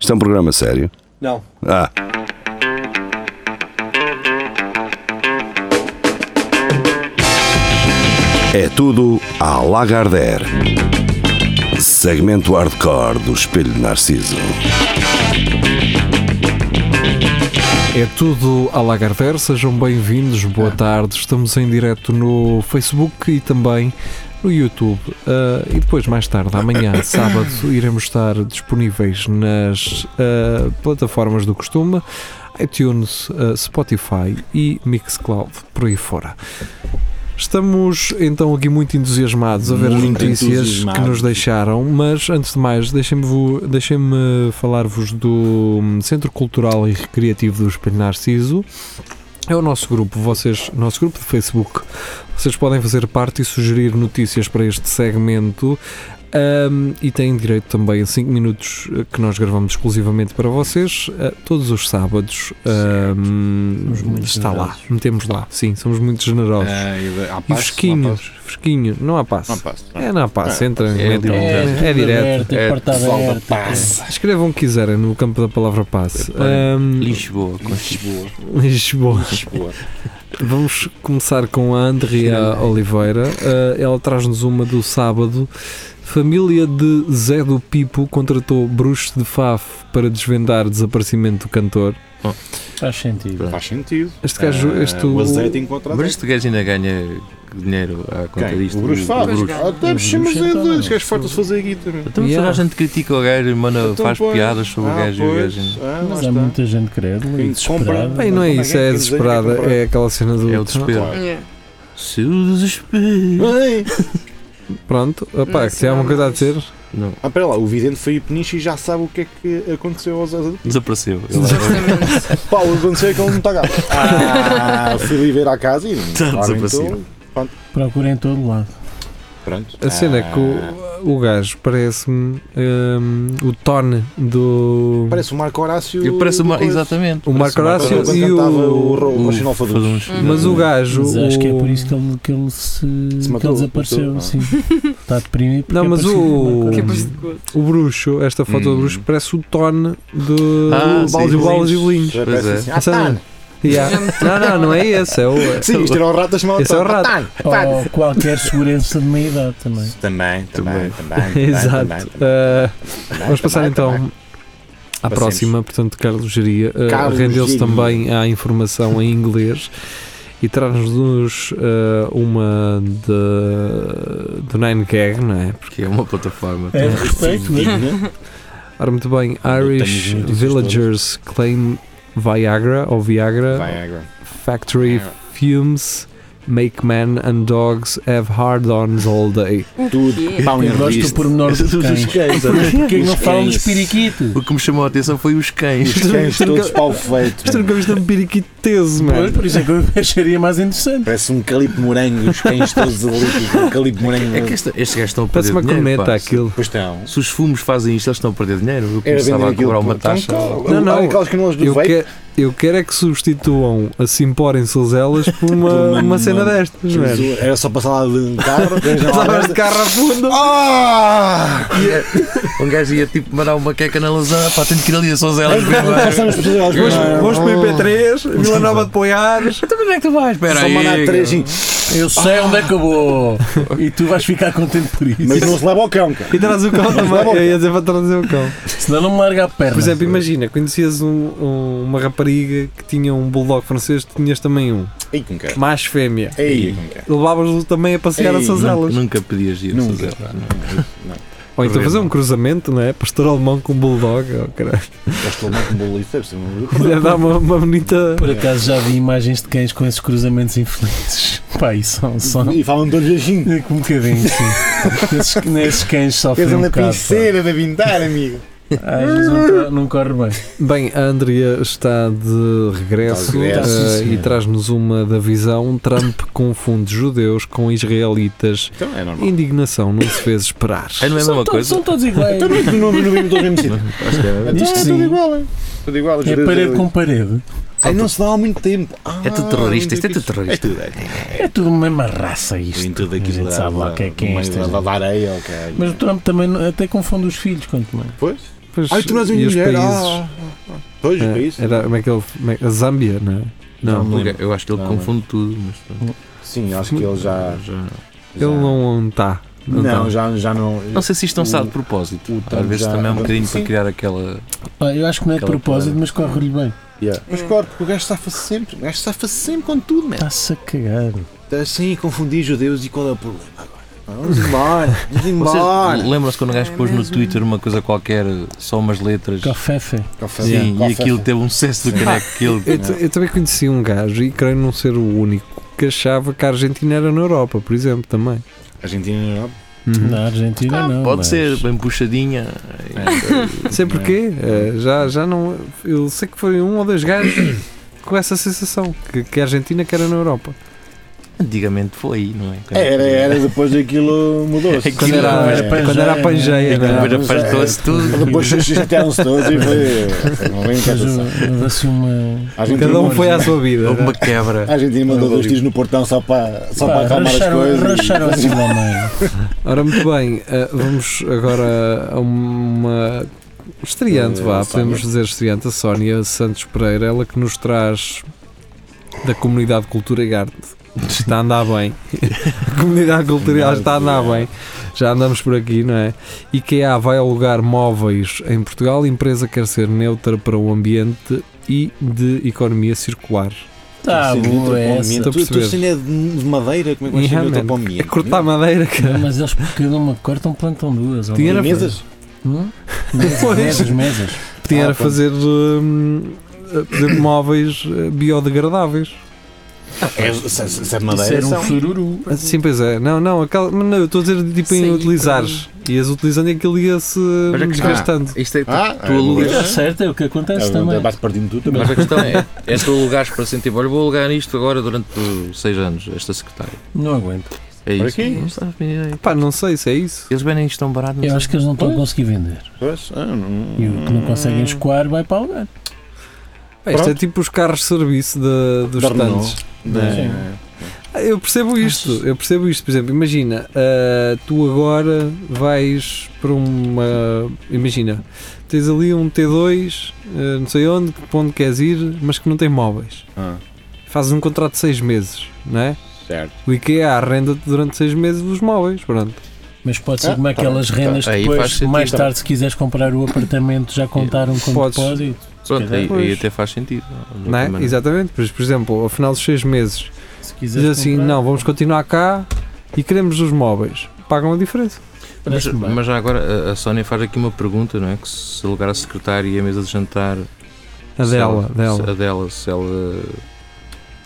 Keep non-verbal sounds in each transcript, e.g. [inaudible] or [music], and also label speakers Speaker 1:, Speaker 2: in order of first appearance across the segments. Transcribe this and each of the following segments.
Speaker 1: Isto é um programa sério.
Speaker 2: Não.
Speaker 1: Ah, é tudo à Lagardère. Segmento hardcore do Espelho de Narciso.
Speaker 3: É tudo à Lagardère, sejam bem-vindos, boa tarde. Estamos em direto no Facebook e também no YouTube. Ah, e depois, mais tarde, amanhã, sábado, iremos estar disponíveis nas ah, plataformas do costume, iTunes, ah, Spotify e Mixcloud, por aí fora. Estamos então aqui muito entusiasmados a ver as
Speaker 2: Muito
Speaker 3: notícias que
Speaker 2: entusiasmados.
Speaker 3: nos deixaram, mas antes de mais, deixem-me vo- deixem-me falar-vos do hum, Centro Cultural e Recreativo do Espelho Narciso. É o nosso grupo, vocês, nosso grupo de Facebook. Vocês podem fazer parte e sugerir notícias para este segmento. hum, e têm direito também a 5 minutos eh, que nós gravamos exclusivamente para vocês, eh, todos os sábados. hum,
Speaker 2: Somos muito
Speaker 3: está lá,
Speaker 2: generosos.
Speaker 3: metemos lá, sim, somos muito generosos.
Speaker 4: Ah, e- há
Speaker 3: E
Speaker 4: passos,
Speaker 3: fresquinho, fresquinho, não há passo.
Speaker 4: Não há passos, não há passos.
Speaker 3: É, não há passo, entra,
Speaker 4: é
Speaker 3: metam,
Speaker 4: direto.
Speaker 3: é,
Speaker 2: tudo
Speaker 3: direto.
Speaker 2: aberto e
Speaker 4: É,
Speaker 2: porta
Speaker 4: pessoal da
Speaker 2: aberta.
Speaker 4: paz.
Speaker 3: Escrevam o que quiserem no campo da palavra passe.
Speaker 4: Epá,
Speaker 3: Ahm,
Speaker 5: Lisboa, com
Speaker 4: Lisboa,
Speaker 3: Lisboa.
Speaker 4: Lisboa.
Speaker 3: Vamos começar com a Andrea Oliveira. Ah, ela traz-nos uma do sábado. Família de Zé do Pipo contratou bruxo de Faf para desvendar o desaparecimento do cantor.
Speaker 2: Faz sentido.
Speaker 4: Faz sentido.
Speaker 3: Este gajo,
Speaker 4: Ah,
Speaker 3: este
Speaker 4: o
Speaker 3: o-
Speaker 4: azeite encontra
Speaker 5: Mas
Speaker 4: azeite.
Speaker 5: este gajo ainda ganha dinheiro à conta
Speaker 4: é. Quem?
Speaker 5: disto.
Speaker 4: O Bruxo
Speaker 5: O
Speaker 4: Fábio.
Speaker 5: Bruxo.
Speaker 4: Ah, Até
Speaker 2: Bruxo,
Speaker 4: chamamos ele.
Speaker 2: então,
Speaker 4: Os gajos fartam-se é de fazer guita. meu.
Speaker 5: Então
Speaker 3: Yeah.
Speaker 5: toda a gente critica o gajo e mano,
Speaker 4: Então,
Speaker 5: faz
Speaker 4: pois.
Speaker 5: piadas sobre o
Speaker 4: Ah,
Speaker 5: gajo e o
Speaker 4: pois.
Speaker 5: gajo. ainda-
Speaker 4: Ah, lá
Speaker 2: Mas há
Speaker 4: está.
Speaker 2: muita gente crédula
Speaker 4: Quem
Speaker 2: e
Speaker 4: compra-
Speaker 2: desesperada.
Speaker 3: Bem, não é
Speaker 4: Não,
Speaker 3: isso, é
Speaker 4: quem
Speaker 3: desesperada.
Speaker 4: desenha, quem
Speaker 3: É aquela cena do.
Speaker 5: É o desespero.
Speaker 3: então.
Speaker 4: Claro. [laughs]
Speaker 6: Yeah.
Speaker 5: Seu desespero.
Speaker 4: Bem.
Speaker 3: Pronto,
Speaker 6: Não,
Speaker 3: opá, se há alguma coisa a dizer.
Speaker 5: Não,
Speaker 4: Ah, pera lá, o vidente foi hipniche e já sabe o que é que aconteceu aos azeites.
Speaker 5: desapareceu. Ele-
Speaker 6: Exatamente.
Speaker 4: Pá, o que aconteceu é que ele não está cá. Ah, fui ali ver à casa e. Claro,
Speaker 5: desaparecido.
Speaker 4: então,
Speaker 2: Procura em todo lado.
Speaker 4: Pronto.
Speaker 3: A cena é que o, o gajo parece-me hum, o Tone do.
Speaker 4: Parece o Marco Horácio. [laughs]
Speaker 5: Ele é. parece uma.
Speaker 4: do coisa.
Speaker 5: Exatamente.
Speaker 3: O Marco
Speaker 5: parece
Speaker 3: Horácio
Speaker 4: Quando
Speaker 3: e o-
Speaker 4: cantava o Ro-
Speaker 5: o-
Speaker 4: Rocinol Faduz.
Speaker 5: Faduz.
Speaker 6: Uhum.
Speaker 3: Mas o gajo.
Speaker 2: Mas acho que é
Speaker 3: o-
Speaker 2: por isso que ele, que ele se,
Speaker 4: Se
Speaker 2: que
Speaker 4: matou, é?
Speaker 2: ele desapareceu.
Speaker 4: matou,
Speaker 2: sim. Está deprimido. porque
Speaker 3: Não,
Speaker 2: é
Speaker 3: mas
Speaker 2: parecido com
Speaker 3: o-
Speaker 2: Marco
Speaker 6: Que é
Speaker 2: Aurélio.
Speaker 6: parecido com o outro.
Speaker 3: O bruxo, esta foto do
Speaker 5: Hum.
Speaker 3: bruxo, parece o Tone do
Speaker 5: Ah, sim,
Speaker 3: Balas e
Speaker 5: sim.
Speaker 3: Bolas e Bolinhos.
Speaker 4: Já
Speaker 5: Pois
Speaker 4: parece
Speaker 5: é.
Speaker 4: assim, ah,
Speaker 3: A cena-
Speaker 4: [laughs]
Speaker 3: Yeah. Não, não, não é esse, é o.
Speaker 4: Sim, isto era o rato das mãos.
Speaker 3: Esse é o rato.
Speaker 2: Ou qualquer segurança de meia idade também.
Speaker 4: Também, também,
Speaker 3: [laughs]
Speaker 4: também.
Speaker 3: Exato. Ah, vamos passar então à
Speaker 4: Passemos.
Speaker 3: próxima, portanto, Carlos Geria ah,
Speaker 4: Carlos
Speaker 3: rendeu-se
Speaker 4: Geria.
Speaker 3: também à informação em inglês e traz-nos ah, uma de, do Nine Gag, não é?
Speaker 5: Porque é uma plataforma.
Speaker 2: É respeito,
Speaker 3: Ora, muito bem, Irish
Speaker 4: tenho as notícias
Speaker 3: Villagers claim Viagra ou Viagra Factory
Speaker 4: Viagra.
Speaker 3: Fumes Make men and dogs have hard-ons all day.
Speaker 4: Tudo.
Speaker 6: quê?
Speaker 4: Pá, um
Speaker 2: Eu gosto do
Speaker 4: revista. [laughs]
Speaker 2: pormenor dos cães. Porquê que não falam dos periquitos?
Speaker 5: O que me chamou a atenção foi os cães.
Speaker 4: Os cães
Speaker 3: Isto nunca-
Speaker 4: todos pau feito.
Speaker 3: [laughs] Isto nunca viste um periquito teso,
Speaker 2: Pois,
Speaker 3: mano.
Speaker 2: por isso é que eu [laughs] acharia mais interessante.
Speaker 4: Parece um calipo morango. Os cães todos ali. com Um calipo morango.
Speaker 5: É que este, estes gajos estão a perder
Speaker 3: Parece uma
Speaker 5: dinheiro.
Speaker 3: corneta
Speaker 5: pá.
Speaker 3: aquilo.
Speaker 4: Pois estão.
Speaker 5: Se os fumos fazem isto, eles estão a perder dinheiro.
Speaker 4: Era
Speaker 5: Eu
Speaker 4: vender
Speaker 5: começava a
Speaker 4: aquilo.
Speaker 5: cobrar uma
Speaker 4: por-
Speaker 5: taxa.
Speaker 4: Então,
Speaker 3: Não, não.
Speaker 4: Há aquelas que não as do
Speaker 3: Eu,
Speaker 4: vape.
Speaker 3: que- eu quero é que substituam a simporem-se elas por
Speaker 4: Por
Speaker 3: uma,
Speaker 4: uma-
Speaker 3: uma cena
Speaker 4: uma-
Speaker 3: destas, mano.
Speaker 4: Jesus, Era só passar lá de um carro.
Speaker 3: Estavas de carro a fundo.
Speaker 4: Ah!
Speaker 5: Um gajo ia tipo mandar uma queca na lasanha, pá, tenho que ir ali a Sozelas.
Speaker 4: Passando as pessoas aos
Speaker 3: Vamos
Speaker 4: primeiros.
Speaker 3: vamos para o IP3, Vila [laughs] Nova de Poiares.
Speaker 5: Então, mas onde é que tu vais? Espera
Speaker 4: Só mandar
Speaker 5: aí.
Speaker 4: três em-
Speaker 2: Eu sei
Speaker 4: Ah.
Speaker 2: onde é que eu vou. E tu vais ficar contente por isso.
Speaker 4: Mas não se leva ao cão, cara.
Speaker 3: E traz o cão também. Eu ia dizer para trazer o cão.
Speaker 2: Senão não me larga a perna.
Speaker 3: Por exemplo, imagina, conhecias um- um- uma rapariga que tinha um bulldog francês, tu tinhas também um,
Speaker 4: Ei, com cara.
Speaker 3: mais fêmea.
Speaker 4: Ei, com cara.
Speaker 3: Levavas-o também a passear
Speaker 4: Ei,
Speaker 3: a suas
Speaker 5: Nunca,
Speaker 3: elas.
Speaker 5: nunca podias ir a
Speaker 4: Nunca.
Speaker 5: Sozelas.
Speaker 3: Ou então
Speaker 5: Horrível.
Speaker 3: fazer um cruzamento, não é? Pastor alemão com bulldog. Oh, caralho.
Speaker 4: Gosto de um bolo e sabes? um-
Speaker 3: Deve dar uma, uma bonita.
Speaker 2: Por acaso já vi imagens de cães com esses cruzamentos infelizes. [laughs] Pá, e são. são...
Speaker 4: E falam todos assim.
Speaker 2: É que Um bocadinho, sim. Esses, esses cães sofrem
Speaker 4: Eles
Speaker 2: um
Speaker 4: andam a
Speaker 2: bocado.
Speaker 4: pinceira de pintar, amigo.
Speaker 2: pá. Às vezes não, cor- não corre bem.
Speaker 3: Bem, a Andrea está de regresso,
Speaker 4: Está de regresso,
Speaker 3: eh,
Speaker 2: sim, senhor.
Speaker 3: e traz-nos uma da visão. Trump [laughs] confunde judeus com israelitas.
Speaker 4: Então é normal.
Speaker 3: Indignação não se fez esperar.
Speaker 5: É, não é a mesma
Speaker 2: são, todos,
Speaker 5: coisa?
Speaker 2: são todos iguais.
Speaker 4: Então não é que não não vimos todos no mesmo sítio.
Speaker 5: Acho que é.
Speaker 4: Então
Speaker 2: Diz que
Speaker 4: é
Speaker 2: sim.
Speaker 4: tudo igual, hein? Tudo igual. os
Speaker 2: É
Speaker 4: dois
Speaker 2: parede
Speaker 4: ali.
Speaker 2: com parede.
Speaker 4: Ai, não se dá há muito tempo.
Speaker 5: É tudo terrorista, isto é tudo
Speaker 4: É
Speaker 5: terrorista.
Speaker 4: tudo, é.
Speaker 2: É tudo uma mesma raça isto.
Speaker 4: Vem tudo aquilo
Speaker 2: A gente sabe lá
Speaker 4: da-
Speaker 2: quem é que é
Speaker 4: do meio
Speaker 2: esta
Speaker 4: da-
Speaker 2: gente.
Speaker 4: Da areia, ok.
Speaker 2: Mas o Trump também não- até confunde os filhos, quanto mais.
Speaker 4: Pois?
Speaker 3: Pois,
Speaker 4: Ai, Ah, tu não és minha
Speaker 3: e os
Speaker 4: mulher.
Speaker 3: países?
Speaker 4: Ah, ah, ah. Pois,
Speaker 3: É,
Speaker 4: é isso?
Speaker 3: era como é que ele- como é- a Zâmbia, não é?
Speaker 5: Não,
Speaker 3: Não,
Speaker 4: me lembro.
Speaker 5: eu acho que ele
Speaker 4: Não,
Speaker 5: confunde tudo, mas pronto,
Speaker 4: Sim, acho que ele já.
Speaker 5: já-
Speaker 3: ele não tá. está.
Speaker 4: Não, já, já não.
Speaker 5: Não sei se isto não
Speaker 4: O-
Speaker 5: sabe de propósito.
Speaker 4: o
Speaker 5: Às
Speaker 4: Trump
Speaker 5: vezes
Speaker 4: já-
Speaker 5: também é um bocadinho
Speaker 4: Sim.
Speaker 5: para criar aquela.
Speaker 2: Olha, eu acho que não é de
Speaker 5: Aquela
Speaker 2: propósito,
Speaker 5: porra.
Speaker 2: mas corre-lhe bem.
Speaker 4: Yeah. Mas claro, porque o gajo safa-se sempre. O gajo safa-se sempre com tudo, man.
Speaker 2: Está-se a cagar.
Speaker 4: Estás Tá sem confundir judeus e qual é o problema agora? Vamos embora, vamos
Speaker 5: Vocês
Speaker 4: embora.
Speaker 5: lembram-se quando
Speaker 4: É
Speaker 5: o gajo pôs no Twitter uma coisa qualquer, só umas letras?
Speaker 2: Cafefe.
Speaker 4: Café,
Speaker 5: Sim, e
Speaker 4: café.
Speaker 5: aquilo teve um sucesso do
Speaker 4: Sim.
Speaker 5: caneco. Aquilo.
Speaker 3: Eu, t- eu também conheci um gajo, e creio não ser o único, que achava que a Argentina era na Europa, por exemplo, também.
Speaker 4: Argentina não.
Speaker 2: Na Argentina não.
Speaker 5: Uhum. Ah, Pode
Speaker 2: mas-
Speaker 5: ser, bem puxadinha.
Speaker 4: É.
Speaker 3: Sei porquê, eh, já, já não. Eu sei que foi um ou dois gajos [coughs] com essa sensação, que, que a Argentina que era na Europa.
Speaker 5: [laughs] Antigamente foi, não é? Quando-
Speaker 4: Era, era, depois daquilo mudou-se. é.
Speaker 5: Aquilo
Speaker 3: Quando era, um
Speaker 5: era
Speaker 2: Pangeia,
Speaker 3: quando era a Pangeia,
Speaker 5: Quando
Speaker 3: não é?
Speaker 5: era afastou-se tudo.
Speaker 4: Depois chatearam-se todos e foi. foi uma
Speaker 2: Mas
Speaker 4: brincadeira.
Speaker 2: o- Houve um, assim uma.
Speaker 4: A Argentina-
Speaker 3: Cada um foi à sua vida.
Speaker 5: Houve
Speaker 3: não
Speaker 5: uma
Speaker 3: é?
Speaker 5: quebra.
Speaker 4: A Argentina mandou dois tiros no portão só para, só para
Speaker 2: Pá,
Speaker 4: acalmar as
Speaker 2: racharam,
Speaker 4: coisas.
Speaker 2: racharam assim lá
Speaker 4: [laughs]
Speaker 2: meio.
Speaker 3: Ora, muito bem, eh, vamos agora a uma estreante,
Speaker 4: Eh,
Speaker 3: vá,
Speaker 4: Sónia.
Speaker 3: podemos dizer estreante, a Sónia Santos Pereira, ela que nos traz da comunidade de Cultura e Arte. Está a andar bem. A comunidade de Cultura e Arte está a andar
Speaker 4: é.
Speaker 3: bem. Já andamos por aqui, não é? IKEA vai alugar móveis em Portugal. A empresa quer ser neutra para o ambiente e de economia circular.
Speaker 2: Tá boa essa.
Speaker 3: Estou a
Speaker 4: Tu
Speaker 3: perceber.
Speaker 4: cena é de de madeira, como é que vais
Speaker 3: Yeah,
Speaker 4: ser
Speaker 3: man.
Speaker 4: para o ambiente?
Speaker 3: É cortar madeira,
Speaker 2: Não,
Speaker 3: cara.
Speaker 2: mas eles por cada uma cortam, plantam duas. ou
Speaker 3: Tinha
Speaker 2: não?
Speaker 3: era-
Speaker 4: Mesas?
Speaker 2: Hum?
Speaker 3: Pois.
Speaker 2: Mesas, mesas.
Speaker 3: Tinha
Speaker 4: Ah,
Speaker 3: era
Speaker 4: pronto.
Speaker 3: fazer, hum, por exemplo, móveis eh, biodegradáveis.
Speaker 4: É, se, se- se é de
Speaker 2: Isso
Speaker 4: madeira,
Speaker 2: era um
Speaker 4: são.
Speaker 2: sururu.
Speaker 3: Ah, Sim, pois é. Não, não, aquela, mas não eu estou a dizer tipo em
Speaker 6: Sim,
Speaker 3: utilizares. Ias utilizando e aquilo ia-se hum,
Speaker 5: é que-
Speaker 3: desgastando.
Speaker 5: Isto é.
Speaker 4: Ah,
Speaker 5: Tu alugas.
Speaker 2: Está certo, é o que acontece também.
Speaker 4: Vais partindo tudo também.
Speaker 5: Mas a
Speaker 3: [laughs]
Speaker 5: questão é, é tu alugares para sentir, olha, vou alugar isto agora durante seis anos, esta secretária.
Speaker 2: Não aguento.
Speaker 5: É
Speaker 4: Para
Speaker 5: isso.
Speaker 4: quê?
Speaker 5: Não sabes bem aí.
Speaker 3: Pá, não sei se é isso.
Speaker 5: Eles vendem isto tão barato, não
Speaker 2: Eu
Speaker 5: sei.
Speaker 2: acho que eles não estão a conseguir vender.
Speaker 4: Pois, ah, não-
Speaker 2: E o que não conseguem escoar vai para o lugar.
Speaker 3: Pá, isto é
Speaker 4: Pronto.
Speaker 3: tipo os carros de serviço da- dos
Speaker 4: Da Renault.
Speaker 3: estantes.
Speaker 4: Não,
Speaker 2: Sim.
Speaker 4: não.
Speaker 3: Ah, Eu percebo isto, eu percebo isto. Por exemplo, imagina, ah, tu agora vais para uma. Imagina, tens ali um T2, ah, não sei onde, para onde queres ir, mas que não tem móveis.
Speaker 4: Ah,
Speaker 3: Fazes um contrato de seis meses, não é?
Speaker 4: certo.
Speaker 3: O IKEA arrenda-te durante seis meses os móveis, pronto.
Speaker 2: Mas pode ser
Speaker 4: Ah,
Speaker 2: como
Speaker 4: tá
Speaker 2: aquelas
Speaker 4: bem, tá.
Speaker 2: rendas que
Speaker 5: Aí faz
Speaker 2: depois,
Speaker 5: sentido.
Speaker 2: mais tarde, se quiseres comprar o apartamento, já contaram com
Speaker 3: Podes.
Speaker 2: depósito.
Speaker 5: Pronto, aí, aí
Speaker 3: Pois.
Speaker 5: até faz sentido. de
Speaker 3: Não é?
Speaker 5: outra maneira.
Speaker 3: Exatamente, por, por exemplo, ao final dos seis meses,
Speaker 2: Se
Speaker 3: diz
Speaker 2: quiseres
Speaker 3: assim:
Speaker 2: comprar,
Speaker 3: não, vamos continuar cá e queremos os móveis. Pagam a diferença.
Speaker 5: Mas,
Speaker 2: parece-me bem.
Speaker 5: mas já agora a- a Sónia faz aqui uma pergunta, não é? Que se alugar a secretária e a mesa de jantar.
Speaker 3: A
Speaker 5: se
Speaker 3: dela,
Speaker 5: ela-
Speaker 3: dela.
Speaker 5: se- A dela, se ela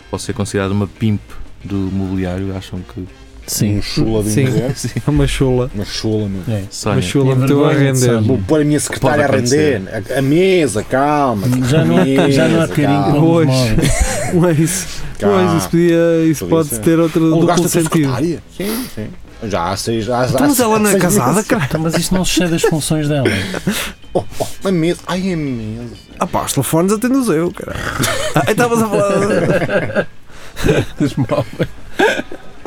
Speaker 5: pode ser considerada uma pimp do mobiliário, acham que.
Speaker 2: Sim.
Speaker 4: Um chula de
Speaker 3: Sim. [laughs]
Speaker 4: mulher.
Speaker 5: Sim.
Speaker 3: É Uma chula.
Speaker 4: Uma chula, meu.
Speaker 2: É.
Speaker 3: Uma
Speaker 5: Sónia,
Speaker 3: chula
Speaker 2: É
Speaker 3: meteu a
Speaker 2: vergonha de
Speaker 3: render. [laughs]
Speaker 2: sangue.
Speaker 4: Vou pôr a minha secretária a
Speaker 5: Pode acontecer.
Speaker 4: render. A, a mesa, calma.
Speaker 2: Já não, há, já não há
Speaker 4: Beleza,
Speaker 2: carinho
Speaker 4: calma.
Speaker 2: para os
Speaker 3: Hoje.
Speaker 2: móveis.
Speaker 3: Pois, pois, isso,
Speaker 4: Calma.
Speaker 3: podia, isso
Speaker 4: Tudo
Speaker 3: pode
Speaker 4: isso é-
Speaker 3: ter outro
Speaker 4: Ou
Speaker 3: duplo
Speaker 4: gasta a
Speaker 3: sentido.
Speaker 4: secretária? Sim, sim. Já há seis. Já, já,
Speaker 3: Então, Mas ela não é
Speaker 4: seis
Speaker 3: casada,
Speaker 4: meses.
Speaker 3: cara.
Speaker 2: Então, mas isto não se cheia das funções dela.
Speaker 4: Oh, oh, a mesa. Ai, a mesa.
Speaker 3: Ah pá, os telefones atendo eu, cara. [laughs] Ah, estavas a falar.
Speaker 2: Dos móveis.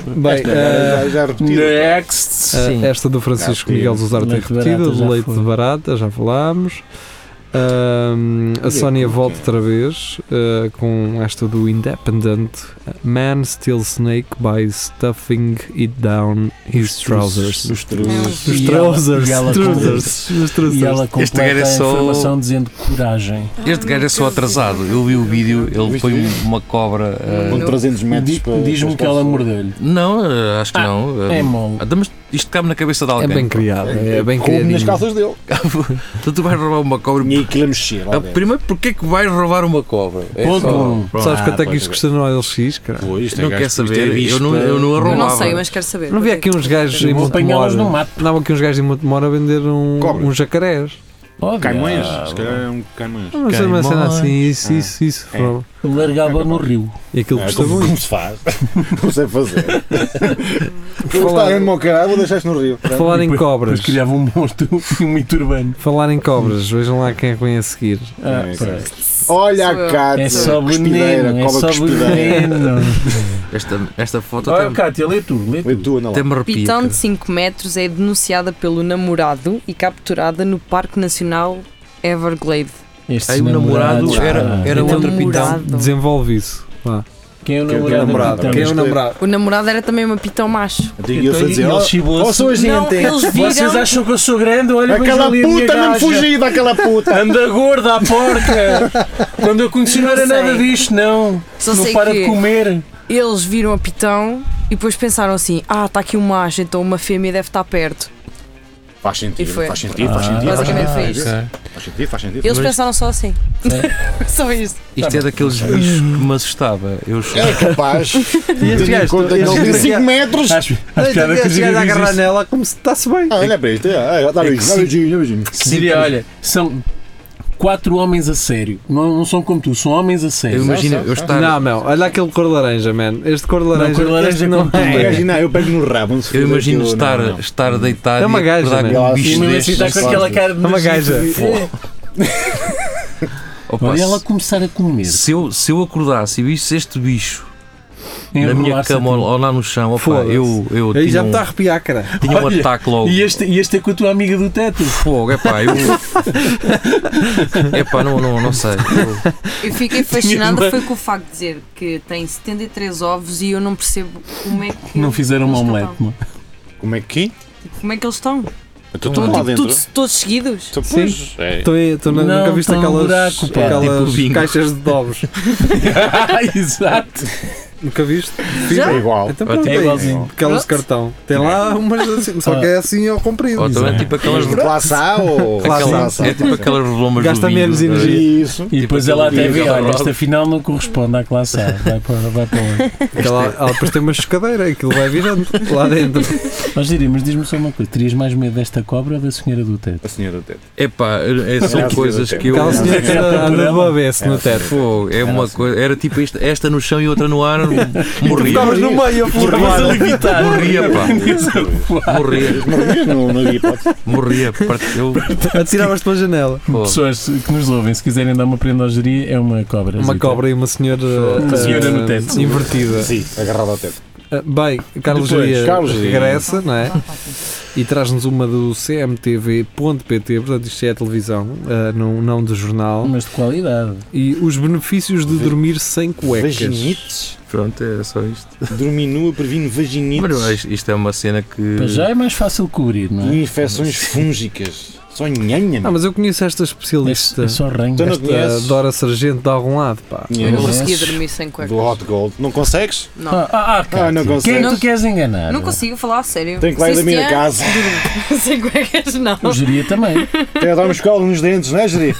Speaker 3: Bem, eh,
Speaker 4: Já, já, já repetido.
Speaker 2: Next.
Speaker 3: Ah,
Speaker 5: Sim.
Speaker 3: Esta do Francisco
Speaker 4: Ah, sim.
Speaker 3: Miguel dos Arte
Speaker 2: Leite de
Speaker 3: repetida,
Speaker 2: barata já
Speaker 3: de leite
Speaker 2: foi.
Speaker 3: de barata, já falámos. Ahm, a
Speaker 4: Olha,
Speaker 3: Sónia
Speaker 4: como
Speaker 3: volta
Speaker 4: que é?
Speaker 3: outra vez ah, com esta do Independent Man Steals Snake by Stuffing It Down His Trousers.
Speaker 4: Os truzes.
Speaker 3: Os
Speaker 2: E
Speaker 3: trousers,
Speaker 2: ela- e ela
Speaker 3: trousers, os
Speaker 2: E
Speaker 3: trousers.
Speaker 2: ela completa
Speaker 5: gajo é
Speaker 2: a
Speaker 5: só-
Speaker 2: informação dizendo coragem.
Speaker 5: Este gajo é só atrasado. Eu vi o vídeo, ele
Speaker 4: Viste
Speaker 5: foi
Speaker 4: isso?
Speaker 5: uma cobra. ah,
Speaker 4: Com 300 metros
Speaker 2: Di-
Speaker 4: para.
Speaker 2: Diz-me que
Speaker 4: para-
Speaker 2: ela mordeu-lhe.
Speaker 5: Não, ah, acho que
Speaker 2: Ah,
Speaker 5: não. Ah,
Speaker 2: É mole.
Speaker 5: ah, Mas isto cabe na cabeça de
Speaker 3: É
Speaker 5: alguém.
Speaker 3: bem criado, é bem
Speaker 4: Como nas
Speaker 3: criado.
Speaker 4: calças dele.
Speaker 5: Então tu vais roubar uma cobra.
Speaker 4: E aquilo a mexer. lá
Speaker 5: Ah,
Speaker 4: dentro.
Speaker 5: Primeiro, porque é que vais roubar uma cobra? É
Speaker 2: Ponto
Speaker 5: só-
Speaker 2: um.
Speaker 5: pronto.
Speaker 3: Sabes quanto é que
Speaker 4: pois
Speaker 3: isto
Speaker 4: é.
Speaker 3: custa no OLX, cara?
Speaker 4: Pô, isto é
Speaker 5: Não
Speaker 4: gajo-
Speaker 5: quer
Speaker 4: isto é
Speaker 5: saber,
Speaker 4: bicho
Speaker 5: eu não- eu não
Speaker 4: para-
Speaker 6: Eu não
Speaker 5: arrombava.
Speaker 6: sei, mas quero saber.
Speaker 3: Não vi
Speaker 6: quanto é
Speaker 3: aqui uns gajos
Speaker 2: Eu
Speaker 3: em
Speaker 2: vou apanhá-las no
Speaker 3: Montemor.
Speaker 2: mato.
Speaker 3: Andavam aqui uns gajos em Montemor a vender um,
Speaker 4: Cobras.
Speaker 3: um jacarés.
Speaker 2: Oh,
Speaker 4: Caimões?
Speaker 2: diabo.
Speaker 4: Se calhar é um caimões.
Speaker 3: Mas é uma cena
Speaker 5: Caimões.
Speaker 3: assim, isso, isso, isso.
Speaker 4: É.
Speaker 3: foram.
Speaker 2: Largava no rio.
Speaker 3: E aquilo
Speaker 4: É,
Speaker 3: custa
Speaker 4: como,
Speaker 3: muito.
Speaker 4: como se faz? Não sei fazer. Vou
Speaker 3: falar-
Speaker 4: estar mesmo ao caralho, vou deixar-te no rio.
Speaker 3: Por Falar em
Speaker 2: Depois-
Speaker 3: cobras.
Speaker 2: Depois criava um monstro [laughs] e um mito urbano.
Speaker 3: Falar em cobras, vejam lá quem é que vem a seguir.
Speaker 2: Ah,
Speaker 4: É,
Speaker 2: pá.
Speaker 4: Olha
Speaker 6: Sou
Speaker 4: a
Speaker 6: eu.
Speaker 4: Cátia.
Speaker 2: é só
Speaker 4: cuspideira,
Speaker 2: veneno, é
Speaker 4: cobra
Speaker 2: só
Speaker 4: cuspideira.
Speaker 2: veneno.
Speaker 5: Esta, esta foto até,
Speaker 2: Olha, Cátia, lê tu, lê
Speaker 4: Lê
Speaker 2: tu.
Speaker 4: tu, é? anda lá.
Speaker 5: até me arrepia.
Speaker 6: Pitão
Speaker 5: cara.
Speaker 6: de 5 metros é denunciada pelo namorado e capturada no Parque Nacional Everglade.
Speaker 2: Estes
Speaker 5: Aí o namorado
Speaker 2: namorados,
Speaker 5: era,
Speaker 2: pá.
Speaker 5: era
Speaker 6: Então,
Speaker 5: outro pitão.
Speaker 6: namorado.
Speaker 3: Desenvolve isso. Vá.
Speaker 2: Quem é o
Speaker 4: Quem é o
Speaker 2: namorado?
Speaker 4: namorado?
Speaker 2: Então,
Speaker 4: Quem é o
Speaker 3: namorado?
Speaker 6: O namorado era também uma pitão macho.
Speaker 4: Então, e eu só
Speaker 2: e
Speaker 4: dizer,
Speaker 2: ele
Speaker 4: ó,
Speaker 2: chibou-se.
Speaker 4: ó, sua
Speaker 6: Não,
Speaker 4: gente,
Speaker 6: eles
Speaker 2: Vocês
Speaker 6: viram.
Speaker 2: acham que eu sou grande? Olha, veja
Speaker 4: aquela
Speaker 2: ali a minha
Speaker 4: puta, não
Speaker 2: gaja.
Speaker 4: fugir daquela
Speaker 2: [laughs]
Speaker 4: puta.
Speaker 2: Anda gorda à porca! Quando eu conheci não era
Speaker 6: Não sei.
Speaker 2: nada disto, não.
Speaker 6: Só
Speaker 2: não
Speaker 6: sei
Speaker 2: para de
Speaker 6: que
Speaker 2: comer.
Speaker 6: eles viram a pitão e depois pensaram assim: ah, está aqui um macho, então uma fêmea deve estar perto.
Speaker 4: Faz
Speaker 6: E
Speaker 4: sentido,
Speaker 6: foi.
Speaker 4: faz sentido, faz sentido. faz
Speaker 6: basicamente
Speaker 4: sentido,
Speaker 6: foi
Speaker 4: faz
Speaker 6: isso.
Speaker 4: sentido, Faz sentido, faz sentido.
Speaker 6: Eles pensaram só assim. [laughs] só isso.
Speaker 5: Isto é daqueles bichos que me assustava. Eu
Speaker 4: É
Speaker 6: [laughs]
Speaker 4: capaz.
Speaker 5: estes
Speaker 4: Tendo em
Speaker 5: gajos-
Speaker 4: conta que
Speaker 5: estes
Speaker 4: ele tem
Speaker 5: gajos-
Speaker 4: 5 metros.
Speaker 6: Ah,
Speaker 2: Acho, acho piada que o
Speaker 3: Chegar
Speaker 2: Zira
Speaker 3: a
Speaker 2: diz
Speaker 3: agarrar
Speaker 2: isso.
Speaker 3: nela como se está-se bem.
Speaker 4: Ah, olha para isto, é, é, dá beijinho, dá beijinho, dá beijinho.
Speaker 2: Diria, olha, são quatro homens a sério. Não, não são como tu, são homens a
Speaker 5: Eu
Speaker 2: sério.
Speaker 5: imagino
Speaker 4: Não,
Speaker 5: eu estar.
Speaker 3: Não, não, olha aquele cor laranja, man. Este cor laranja.
Speaker 2: cor laranja
Speaker 3: este
Speaker 2: é
Speaker 3: não
Speaker 2: como tu,
Speaker 4: Um
Speaker 3: é.
Speaker 4: gajo, não, eu pego no rabo. não se
Speaker 5: Eu
Speaker 4: foda,
Speaker 5: imagino
Speaker 4: que eu-
Speaker 5: estar,
Speaker 4: não, não.
Speaker 5: estar deitado
Speaker 3: É uma
Speaker 5: e
Speaker 3: gaja,
Speaker 5: acordar
Speaker 3: né?
Speaker 5: com um
Speaker 4: Ela
Speaker 5: bicho
Speaker 4: assim,
Speaker 2: mesmo
Speaker 5: destes.
Speaker 2: assim está com aquela cara de.
Speaker 3: É uma gaja.
Speaker 5: Opa,
Speaker 2: Olha
Speaker 5: se-
Speaker 2: ela começar a comer.
Speaker 5: se, eu, se eu acordasse e visse este bicho
Speaker 2: um
Speaker 5: na minha
Speaker 2: enrolar-se
Speaker 5: cama
Speaker 2: a ti.
Speaker 5: ou, ou lá no chão, opa,
Speaker 3: Foda-se.
Speaker 5: eu, eu
Speaker 3: Aí já tá- me
Speaker 5: tinha, um,
Speaker 3: está a arrepiar, cara.
Speaker 5: tinha um
Speaker 2: Olha,
Speaker 5: ataque logo.
Speaker 2: E este, e este é com a tua amiga do teto.
Speaker 5: Fogo, epá, eu. Epá, não, não, não sei. Eu-
Speaker 6: Eu fiquei fascinada foi com o facto de dizer que tem 73 ovos e eu não percebo como é que.
Speaker 2: Não fizeram uma
Speaker 6: eles não
Speaker 2: omelete. mano.
Speaker 4: Como é que?
Speaker 6: estão. Como é que eles estão?
Speaker 4: Eu estou todo lá dentro.
Speaker 6: Tudo, todos seguidos?
Speaker 4: Então, pois, é.
Speaker 3: Estou aí, estou na-
Speaker 2: Não,
Speaker 3: nunca viste
Speaker 2: tá um
Speaker 3: aquelas,
Speaker 2: buraco, pá.
Speaker 3: aquelas
Speaker 5: Tipo bingo.
Speaker 3: caixas de dobros.
Speaker 2: [laughs] Exato.
Speaker 3: nunca viste?
Speaker 4: É igual.
Speaker 3: Então,
Speaker 5: Ó,
Speaker 3: pronto,
Speaker 2: É
Speaker 3: aí.
Speaker 2: igualzinho.
Speaker 3: Aquelas de
Speaker 6: Pronto.
Speaker 3: cartão. Tem lá umas assim, só que é assim ao comprido.
Speaker 5: Ou também tipo aquelas.
Speaker 4: De Classá ou
Speaker 5: aquelas é tipo aquelas redomas
Speaker 3: Gasta
Speaker 5: do é? vinho,
Speaker 3: menos
Speaker 5: estás a ver?
Speaker 3: energia.
Speaker 4: Isso.
Speaker 2: E depois
Speaker 5: aquele
Speaker 2: ela até
Speaker 5: vídeo
Speaker 2: vê,
Speaker 5: da
Speaker 2: olha,
Speaker 5: Rob.
Speaker 2: esta final não corresponde à classe [laughs] A. Vai para, vai para onde?
Speaker 3: Aquela, ela depois tem uma chocadeira, aquilo vai virando lá dentro.
Speaker 2: Mas diria, mas diz-me só uma coisa: terias mais medo desta cobra ou da senhora do teto?
Speaker 4: A senhora do teto.
Speaker 5: Epá, é-
Speaker 4: Era
Speaker 5: são
Speaker 4: assim,
Speaker 5: coisas
Speaker 4: era
Speaker 5: que eu.
Speaker 3: Aquela senhora que
Speaker 2: Era
Speaker 3: anda
Speaker 2: por
Speaker 3: anda de
Speaker 2: ela.
Speaker 3: babesse no teto.
Speaker 5: Fogo, é uma coisa. Era tipo isto- esta no chão e outra
Speaker 3: [laughs]
Speaker 5: no ar. Morria.
Speaker 3: Estavas no meio a flutuar.
Speaker 2: levitar.
Speaker 5: Morria, pá. Morria,
Speaker 4: Mas não, não havia hipótese.
Speaker 5: morria. Parte- Eu,
Speaker 3: Atiravas-te pela janela.
Speaker 5: pô,
Speaker 2: [laughs] Pessoas que nos ouvem, se quiserem dar uma prenda ao geria, é uma cobra.
Speaker 3: Uma
Speaker 2: Zita.
Speaker 3: cobra e uma senhora,
Speaker 2: Uma senhora
Speaker 3: eh,
Speaker 2: no teto.
Speaker 3: invertida.
Speaker 4: Sim, agarrado ao teto.
Speaker 3: Ah, Bem, Carlos
Speaker 4: Depois,
Speaker 3: Dias
Speaker 4: Carlos Dias.
Speaker 3: regressa, não é? E traz-nos uma do cmtv.pt, portanto isto é a televisão, ah, não, não do jornal.
Speaker 2: Mas de qualidade.
Speaker 3: E os benefícios de dormir sem cuecas.
Speaker 4: Vaginites.
Speaker 5: pronto, é só isto.
Speaker 4: Dormir nua previne vaginites
Speaker 5: Mas isto- isto é uma cena que.
Speaker 2: Para já é mais fácil cobrir, não é?
Speaker 4: e infecções fúngicas. Só nhanha.
Speaker 3: Ah,
Speaker 4: meu.
Speaker 3: mas eu conheço esta
Speaker 2: É,
Speaker 3: especialista,
Speaker 2: é só ranho.
Speaker 4: Então não
Speaker 2: Esta-
Speaker 3: a
Speaker 4: conheces?
Speaker 3: Dora Sargento de algum lado, pá.
Speaker 6: Eu não
Speaker 4: Conheces?
Speaker 6: conseguia
Speaker 2: Esses-
Speaker 6: dormir sem
Speaker 4: Do
Speaker 6: cuecas.
Speaker 4: hot gold. Não consegues?
Speaker 6: Não.
Speaker 2: Ah, ah, ah, Cátia,
Speaker 4: Ah,
Speaker 2: Quem é
Speaker 4: não
Speaker 2: que
Speaker 4: consegues.
Speaker 2: tu queres enganar?
Speaker 6: Não consigo falar a sério.
Speaker 4: Tenho que lá ir da minha
Speaker 6: Cristiano,
Speaker 4: casa.
Speaker 6: [laughs] Sem cuecas, não.
Speaker 2: O geria também.
Speaker 4: Tem a dar uma escola nos dentes, não é, Jeri?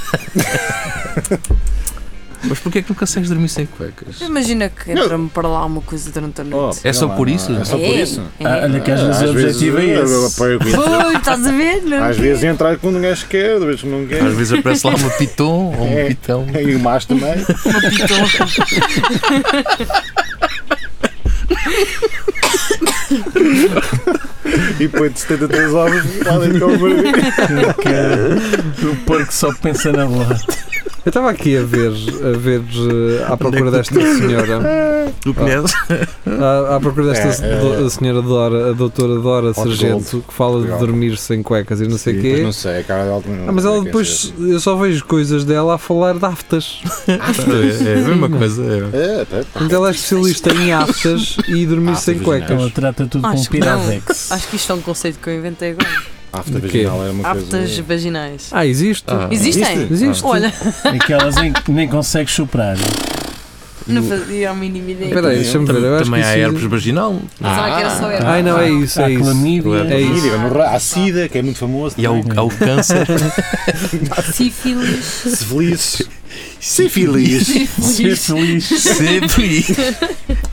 Speaker 5: Mas porquê é que não consegues dormir sem cuecas?
Speaker 6: Imagina que entra-me para lá uma coisa durante a noite.
Speaker 5: É só por isso?
Speaker 4: É só por
Speaker 6: É,
Speaker 4: isso?
Speaker 6: é.
Speaker 2: Ah, olha que às vezes o objetivo é esse.
Speaker 6: [laughs] Pois, estás a ver? Não?
Speaker 4: Às vezes entrar quando um gajo quer, às vezes não quer.
Speaker 5: Às vezes aparece lá uma piton ou um
Speaker 4: É.
Speaker 5: pitão.
Speaker 4: E o macho também. E depois de 73 horas, é lá dentro com o barulho.
Speaker 2: Que- O porco só pensa na bola.
Speaker 3: Eu estava aqui a ver, a ver eh, à procura desta senhora,
Speaker 5: Tu conheces?
Speaker 3: à, à procura desta
Speaker 4: É, é.
Speaker 3: do- a senhora Dora, a doutora Dora Sargento, que fala de
Speaker 4: Legal.
Speaker 3: dormir sem cuecas e não sei o quê.
Speaker 4: Mas não sei, a cara dela também não
Speaker 3: Ah, mas
Speaker 4: não é
Speaker 3: ela
Speaker 4: quer
Speaker 3: depois,
Speaker 4: ser
Speaker 3: eu só vejo coisas dela a falar de aftas.
Speaker 5: É, é a mesma coisa. é.
Speaker 4: assim. É, até.
Speaker 3: Mas ela é especialista em aftas e dormir
Speaker 4: Aftas é?
Speaker 3: sem
Speaker 2: Ela
Speaker 3: cuecas.
Speaker 2: Então trata tudo com
Speaker 6: Acho que não.
Speaker 2: piradex.
Speaker 6: Acho que isto é um conceito que eu inventei agora.
Speaker 4: Afta
Speaker 3: De quê?
Speaker 4: vaginal é uma
Speaker 6: Aftas
Speaker 4: coisa.
Speaker 6: vaginais.
Speaker 3: Ah, existe?
Speaker 5: Ah.
Speaker 6: Existem?
Speaker 4: existe?
Speaker 3: Existe.
Speaker 6: Olha,
Speaker 2: Aquelas em que nem consegues superar.
Speaker 6: não fazia a mínima ideia.
Speaker 3: Espera aí, deixa-me ver. Eu acho
Speaker 5: Também
Speaker 3: que
Speaker 5: há
Speaker 3: isso-
Speaker 5: herpes Ah, vaginal
Speaker 6: Pensava que era só eu.
Speaker 3: Ai, não, é isso,
Speaker 2: Há
Speaker 3: é isso.
Speaker 2: clamídia.
Speaker 3: É isso.
Speaker 4: Síria, no ra- Há SIDA, que é muito famoso.
Speaker 5: e um há o, há o [laughs] câncer.
Speaker 6: Sífilis.
Speaker 4: Sífilis. Sífilis.
Speaker 6: é
Speaker 2: Ser feliz.
Speaker 5: Sempre.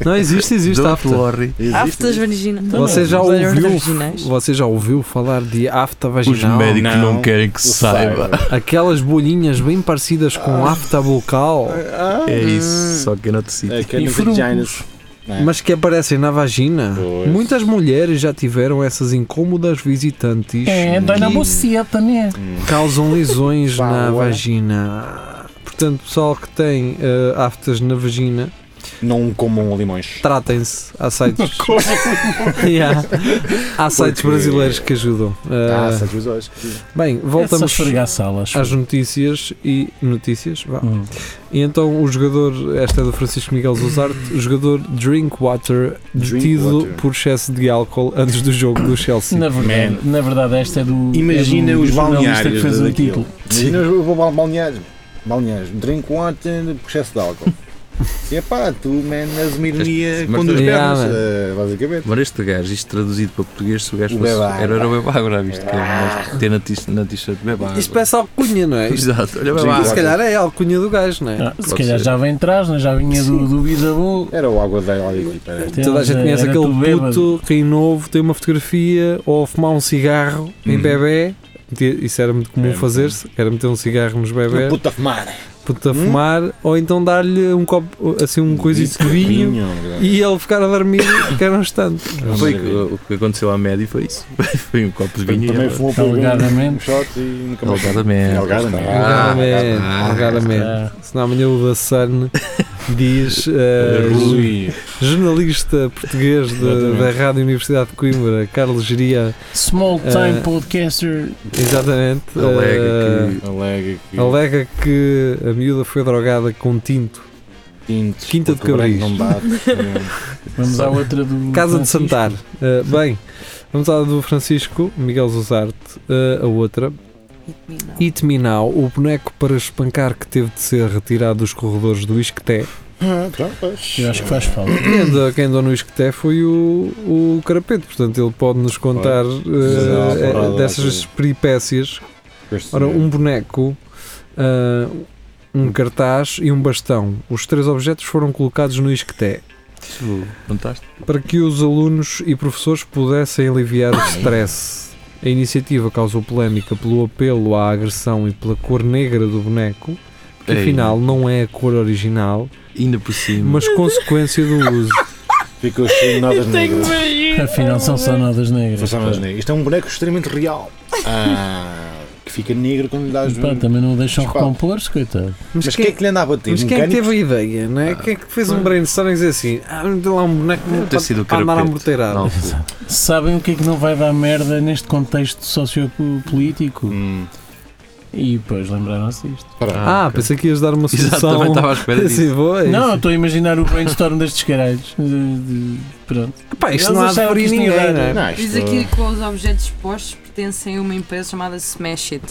Speaker 3: Não, existe, existe
Speaker 5: Don't
Speaker 3: afta.
Speaker 5: worry.
Speaker 6: Aftas vaginais.
Speaker 3: Você já
Speaker 6: Olhos
Speaker 3: ouviu,
Speaker 6: vaginais.
Speaker 3: você já ouviu falar de afta
Speaker 5: Os
Speaker 3: vaginal?
Speaker 5: médicos não,
Speaker 4: Não.
Speaker 5: querem que se saiba.
Speaker 3: Aquelas bolinhas bem parecidas com
Speaker 5: Ah.
Speaker 3: afta bucal,
Speaker 5: [laughs] É isso, só que é noutro sítio.
Speaker 4: É, que é no
Speaker 2: E furúnculos.
Speaker 4: vaginas. É.
Speaker 3: mas que aparecem na vagina.
Speaker 4: Pois.
Speaker 3: Muitas mulheres já tiveram essas incômodas visitantes
Speaker 2: É, dói na
Speaker 3: que
Speaker 2: boceta, né? [laughs]
Speaker 3: causam lesões
Speaker 4: Pá,
Speaker 3: na
Speaker 4: ué.
Speaker 3: vagina. Portanto, pessoal que tem eh, aftas na vagina,
Speaker 7: Não comam limões.
Speaker 3: Tratem-se. Há
Speaker 2: [laughs]
Speaker 3: sites. [laughs] Yeah. Há sites
Speaker 4: Porque-
Speaker 3: brasileiros que ajudam.
Speaker 4: Ah,
Speaker 3: Ah,
Speaker 4: essas pessoas que-
Speaker 3: bem,
Speaker 2: É só
Speaker 3: voltamos
Speaker 2: esfregar salas.
Speaker 3: às notícias e. Notícias? Vá.
Speaker 2: Hum.
Speaker 3: E então o jogador, esta é do Francisco Miguel Zuzarte, o jogador Drinkwater, detido
Speaker 4: Drinkwater.
Speaker 3: por excesso de álcool antes do jogo do Chelsea.
Speaker 2: Na verdade, na verdade, esta é do.
Speaker 7: Imagina
Speaker 2: é do
Speaker 7: os
Speaker 2: jornalista que
Speaker 7: balneários
Speaker 2: fez o
Speaker 7: daquilo.
Speaker 2: título.
Speaker 4: Imagina os ba- ba- balneários. Balneários. Drink water, processo de álcool. E é pá, tu, man, és uma ironia
Speaker 5: Mas-
Speaker 4: com duas
Speaker 3: mas-
Speaker 4: pernas,
Speaker 3: Yeah,
Speaker 4: eh, basicamente.
Speaker 5: Agora este gajo, isto traduzido para português, se o gajo
Speaker 4: O
Speaker 5: fosse-
Speaker 4: beba
Speaker 5: era, era
Speaker 4: água.
Speaker 5: o beba água, visto que é, ter na t- na t-shirt beba água.
Speaker 3: Isto parece alcunha, não é? Isto,
Speaker 5: Exato, olha
Speaker 4: Sim.
Speaker 5: beba
Speaker 3: e se
Speaker 5: água.
Speaker 3: calhar é a alcunha do gajo, não é?
Speaker 2: Ah, se
Speaker 5: Pode
Speaker 2: calhar
Speaker 5: ser.
Speaker 2: já vem atrás, né? já vinha do, do Bisavô.
Speaker 4: Era o água da ali. peraí.
Speaker 3: Toda a gente conhece
Speaker 2: um Era
Speaker 3: aquele
Speaker 2: tudo bêbado.
Speaker 3: puto que em novo tem uma fotografia ou a fumar um cigarro em
Speaker 5: Uhum.
Speaker 3: bebê. Isso era muito comum fazer-se, era meter um cigarro nos bebés,
Speaker 4: Puta fumar.
Speaker 3: puto a fumar, ou então dar-lhe um copo, assim, um coisito de vinho e ele ficar a dormir, que era um instante.
Speaker 5: Foi que- o que aconteceu à média foi isso. [laughs] Foi um copo de vinho.
Speaker 4: Também
Speaker 5: e
Speaker 4: fumou para um
Speaker 2: Alegadamente.
Speaker 4: shot e nunca mais.
Speaker 5: Alegadamente.
Speaker 4: Alegadamente.
Speaker 3: Alegadamente,
Speaker 5: ah,
Speaker 3: alegadamente.
Speaker 2: Ah,
Speaker 3: Senão amanhã o da Sun diz eh,
Speaker 5: Ui.
Speaker 3: jornalista português de- da Rádio Universidade de Coimbra, Carlos Geria,
Speaker 2: small time
Speaker 3: Ah.
Speaker 2: podcaster.
Speaker 3: exatamente, eh,
Speaker 5: Alega
Speaker 4: Alega que
Speaker 3: alega que a miúda foi drogada com tinto.
Speaker 4: tintos,
Speaker 3: Quinta de
Speaker 4: porque o branco
Speaker 3: Cabris.
Speaker 4: Não é? bate.
Speaker 2: Vamos à outra do.
Speaker 3: Casa de
Speaker 2: Francisco.
Speaker 3: Santar. Eh, bem, vamos à do Francisco Miguel Zuzarte, eh, a outra. It Me Now, o boneco para espancar que teve de ser retirado dos corredores do Isqueté.
Speaker 4: Ah, tá, pois.
Speaker 2: Eu acho que faz falta.
Speaker 3: Quem andou, quem andou no Isqueté foi o, o Carapete, portanto ele pode nos contar eh,
Speaker 4: Já,
Speaker 3: eh,
Speaker 4: porrada,
Speaker 3: dessas peripécias.
Speaker 4: Este
Speaker 3: Ora,
Speaker 4: senhor.
Speaker 3: um boneco, ah, um cartaz e um bastão. Os três objetos foram colocados no Isqueté
Speaker 5: Isso contaste?
Speaker 3: para que os alunos e professores pudessem aliviar o stress. A iniciativa causou polémica pelo apelo à agressão e pela cor negra do boneco, que
Speaker 5: Ei. Hum.
Speaker 3: afinal não é a cor original,
Speaker 5: Ainda por cima.
Speaker 3: mas consequência do uso.
Speaker 4: Ficou cheio de notas negras.
Speaker 2: Afinal, são só notas
Speaker 4: São
Speaker 2: negras.
Speaker 4: só notas negras. Isto é um boneco extremamente real. Ah, que fica negro quando lhe dás.
Speaker 2: Pá, também não o deixam
Speaker 4: Mas pá.
Speaker 2: recompor-se, coitado.
Speaker 3: Mas,
Speaker 4: Mas
Speaker 3: quem,
Speaker 4: quem é que lhe anda a bater?
Speaker 5: um
Speaker 3: mas quem é que
Speaker 4: Mecânicos?
Speaker 3: teve a ideia, não é? quem é que fez um brainstorming e dizer assim, ah, vamos ter lá um boneco
Speaker 5: Ah, Deve ter sido o
Speaker 3: para andar a
Speaker 5: Carapete.
Speaker 3: morteirada. [laughs]
Speaker 5: Não,
Speaker 2: Sabem o que é que não vai dar merda neste contexto sociopolítico?
Speaker 4: Hum,
Speaker 2: E depois lembraram-se disto.
Speaker 3: Ah,
Speaker 5: ok.
Speaker 3: pensei que ias dar uma
Speaker 5: Exato, também
Speaker 3: solução.
Speaker 5: estava à
Speaker 3: [laughs]
Speaker 5: espera disso.
Speaker 3: Assim, boa, é
Speaker 2: Não, eu estou a imaginar o brainstorm destes caralhos. De- de- Pronto.
Speaker 3: Pá, isto
Speaker 2: Eles
Speaker 3: não há de
Speaker 2: acharam
Speaker 3: ferir
Speaker 2: que isto
Speaker 3: ninguém,
Speaker 2: não era.
Speaker 3: não é?
Speaker 4: não,
Speaker 6: Diz
Speaker 4: isto-
Speaker 6: aqui que os objetos expostos pertencem a uma empresa chamada Smash It.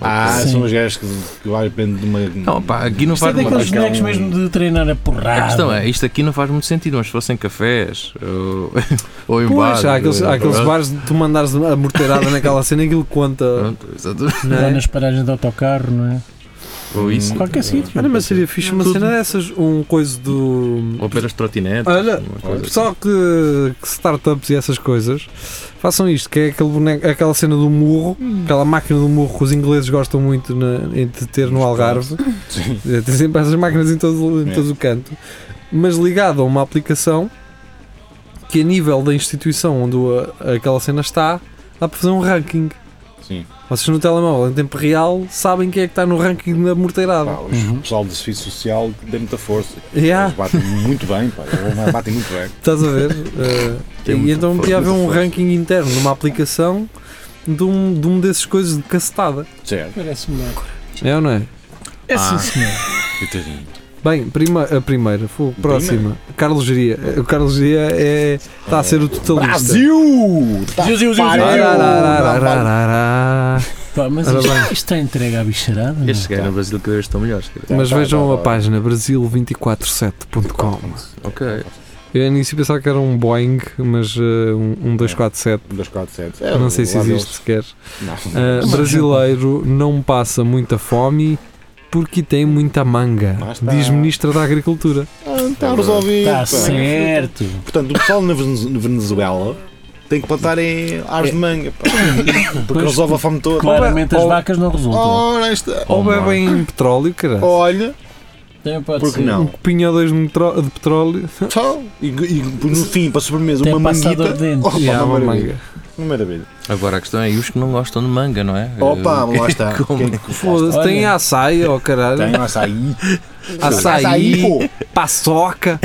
Speaker 4: Ah,
Speaker 2: Sim.
Speaker 4: são os gajos que, que vai depender de uma.
Speaker 5: Não, pá, aqui não
Speaker 2: Isto é
Speaker 5: faz muito
Speaker 2: daqueles
Speaker 4: marcar
Speaker 2: bonecos
Speaker 4: um-
Speaker 2: mesmo de treinar a porrada.
Speaker 3: Ah,
Speaker 5: A questão é, isto aqui não faz muito sentido, mas se fossem cafés ou, ou em bares.
Speaker 3: Pois, há aqueles, há aqueles
Speaker 5: pronto,
Speaker 3: bares de tu mandares a morteirada naquela cena e aquilo conta.
Speaker 5: pronto, exato.
Speaker 3: não
Speaker 2: Lá
Speaker 3: é?
Speaker 2: nas paragens de autocarro, não é?
Speaker 5: Ou isso.
Speaker 2: Qualquer sítio.
Speaker 3: Olha, mas seria fixe uma cena dessas, um coisa do.
Speaker 5: Ou apenas trotinetes. assim,
Speaker 3: Olha,
Speaker 5: uma
Speaker 3: O
Speaker 5: coisa
Speaker 3: pessoal que, que startups e essas coisas façam isto, que é aquele boneco, aquela cena do murro, aquela máquina do murro que os ingleses gostam muito na- de ter no Algarve. [laughs] Eh, Tem sempre essas máquinas em todo, em
Speaker 4: É.
Speaker 3: todo o canto, mas ligado a uma aplicação que, a nível da instituição onde a- aquela cena está, dá para fazer um ranking.
Speaker 4: Sim.
Speaker 3: Vocês no telemóvel, em tempo real, sabem quem é que está no ranking da morteirada.
Speaker 4: Pá, os
Speaker 2: Uhum.
Speaker 4: pessoal do serviço social dê muita força.
Speaker 3: Yeah,
Speaker 4: Eles batem muito bem, pá. Eles batem muito bem.
Speaker 3: estás a [laughs] ver? Eh,
Speaker 5: Tem
Speaker 3: e
Speaker 5: muita
Speaker 3: então
Speaker 5: força,
Speaker 3: podia haver um
Speaker 5: muita força.
Speaker 3: ranking interno numa aplicação de um, de um desses coisas de cacetada.
Speaker 4: Certo. Ah.
Speaker 2: Parece-me bem.
Speaker 3: É ou não é?
Speaker 2: É sim, senhor.
Speaker 4: Coitadinho.
Speaker 3: Bem, prima, a primeira, foi próxima. Carlos Geria. Eh, O Carlos Geria é, está a ser o totalista.
Speaker 4: Brasil! Tá
Speaker 2: Ziu, ziu, ziu, ziu.
Speaker 4: pariu!
Speaker 3: Arararararararará.
Speaker 2: Pá, mas
Speaker 3: Ora
Speaker 2: isto,
Speaker 3: bem.
Speaker 2: isto está entregue à bicharada? não é?
Speaker 5: assim. Estes gajos no Brasil cada vez estão melhores. cara.
Speaker 3: Mas
Speaker 4: tá,
Speaker 3: vejam
Speaker 4: tá,
Speaker 3: a
Speaker 4: tá.
Speaker 3: página brasil247.com.
Speaker 5: Ok.
Speaker 3: Eu nem se pensava que era um Boeing, mas eh, um, um 247.
Speaker 4: Um, dois, quatro, sete. É,
Speaker 3: Não sei se
Speaker 4: lá
Speaker 3: existe sequer.
Speaker 4: deles. Não.
Speaker 3: Uh, brasileiro não passa muita fome porque tem muita manga,
Speaker 4: Lá está.
Speaker 3: diz Ministra da Agricultura.
Speaker 4: Ah, Está resolvido.
Speaker 2: Está
Speaker 4: pá.
Speaker 2: certo.
Speaker 4: Portanto, o pessoal na Venez- na Venezuela tem que plantar em árvores de manga, pá. Porque
Speaker 2: Pois,
Speaker 4: resolve a fome toda.
Speaker 2: Claramente
Speaker 4: Oh.
Speaker 2: as
Speaker 3: Ou-
Speaker 2: vacas não resultam.
Speaker 4: Ora, esta.
Speaker 3: Ou
Speaker 5: Oh,
Speaker 3: bebem petróleo, cara.
Speaker 4: Oh. Olha,
Speaker 2: Também pode
Speaker 4: porque
Speaker 2: ser.
Speaker 3: Um
Speaker 4: não?
Speaker 3: copinho ou dois de, metro- de petróleo.
Speaker 4: Só. E, e no fim, para sobremesa,
Speaker 2: Tem
Speaker 4: uma
Speaker 2: passador
Speaker 4: manguita.
Speaker 2: de dente.
Speaker 4: Oh, pá,
Speaker 3: e há
Speaker 4: uma
Speaker 3: uma
Speaker 4: maravilha.
Speaker 3: manga.
Speaker 4: Uma maravilha.
Speaker 5: Agora a questão é e os que não gostam de manga, não é?
Speaker 4: Opa,
Speaker 5: Eh, [laughs]
Speaker 4: lá está.
Speaker 5: Como?
Speaker 4: Quem é que
Speaker 3: Foda-se,
Speaker 2: Olha.
Speaker 3: tem açaí, ó caralho.
Speaker 4: [laughs] Tem um açaí.
Speaker 3: Açaí,
Speaker 4: pô.
Speaker 3: paçoca,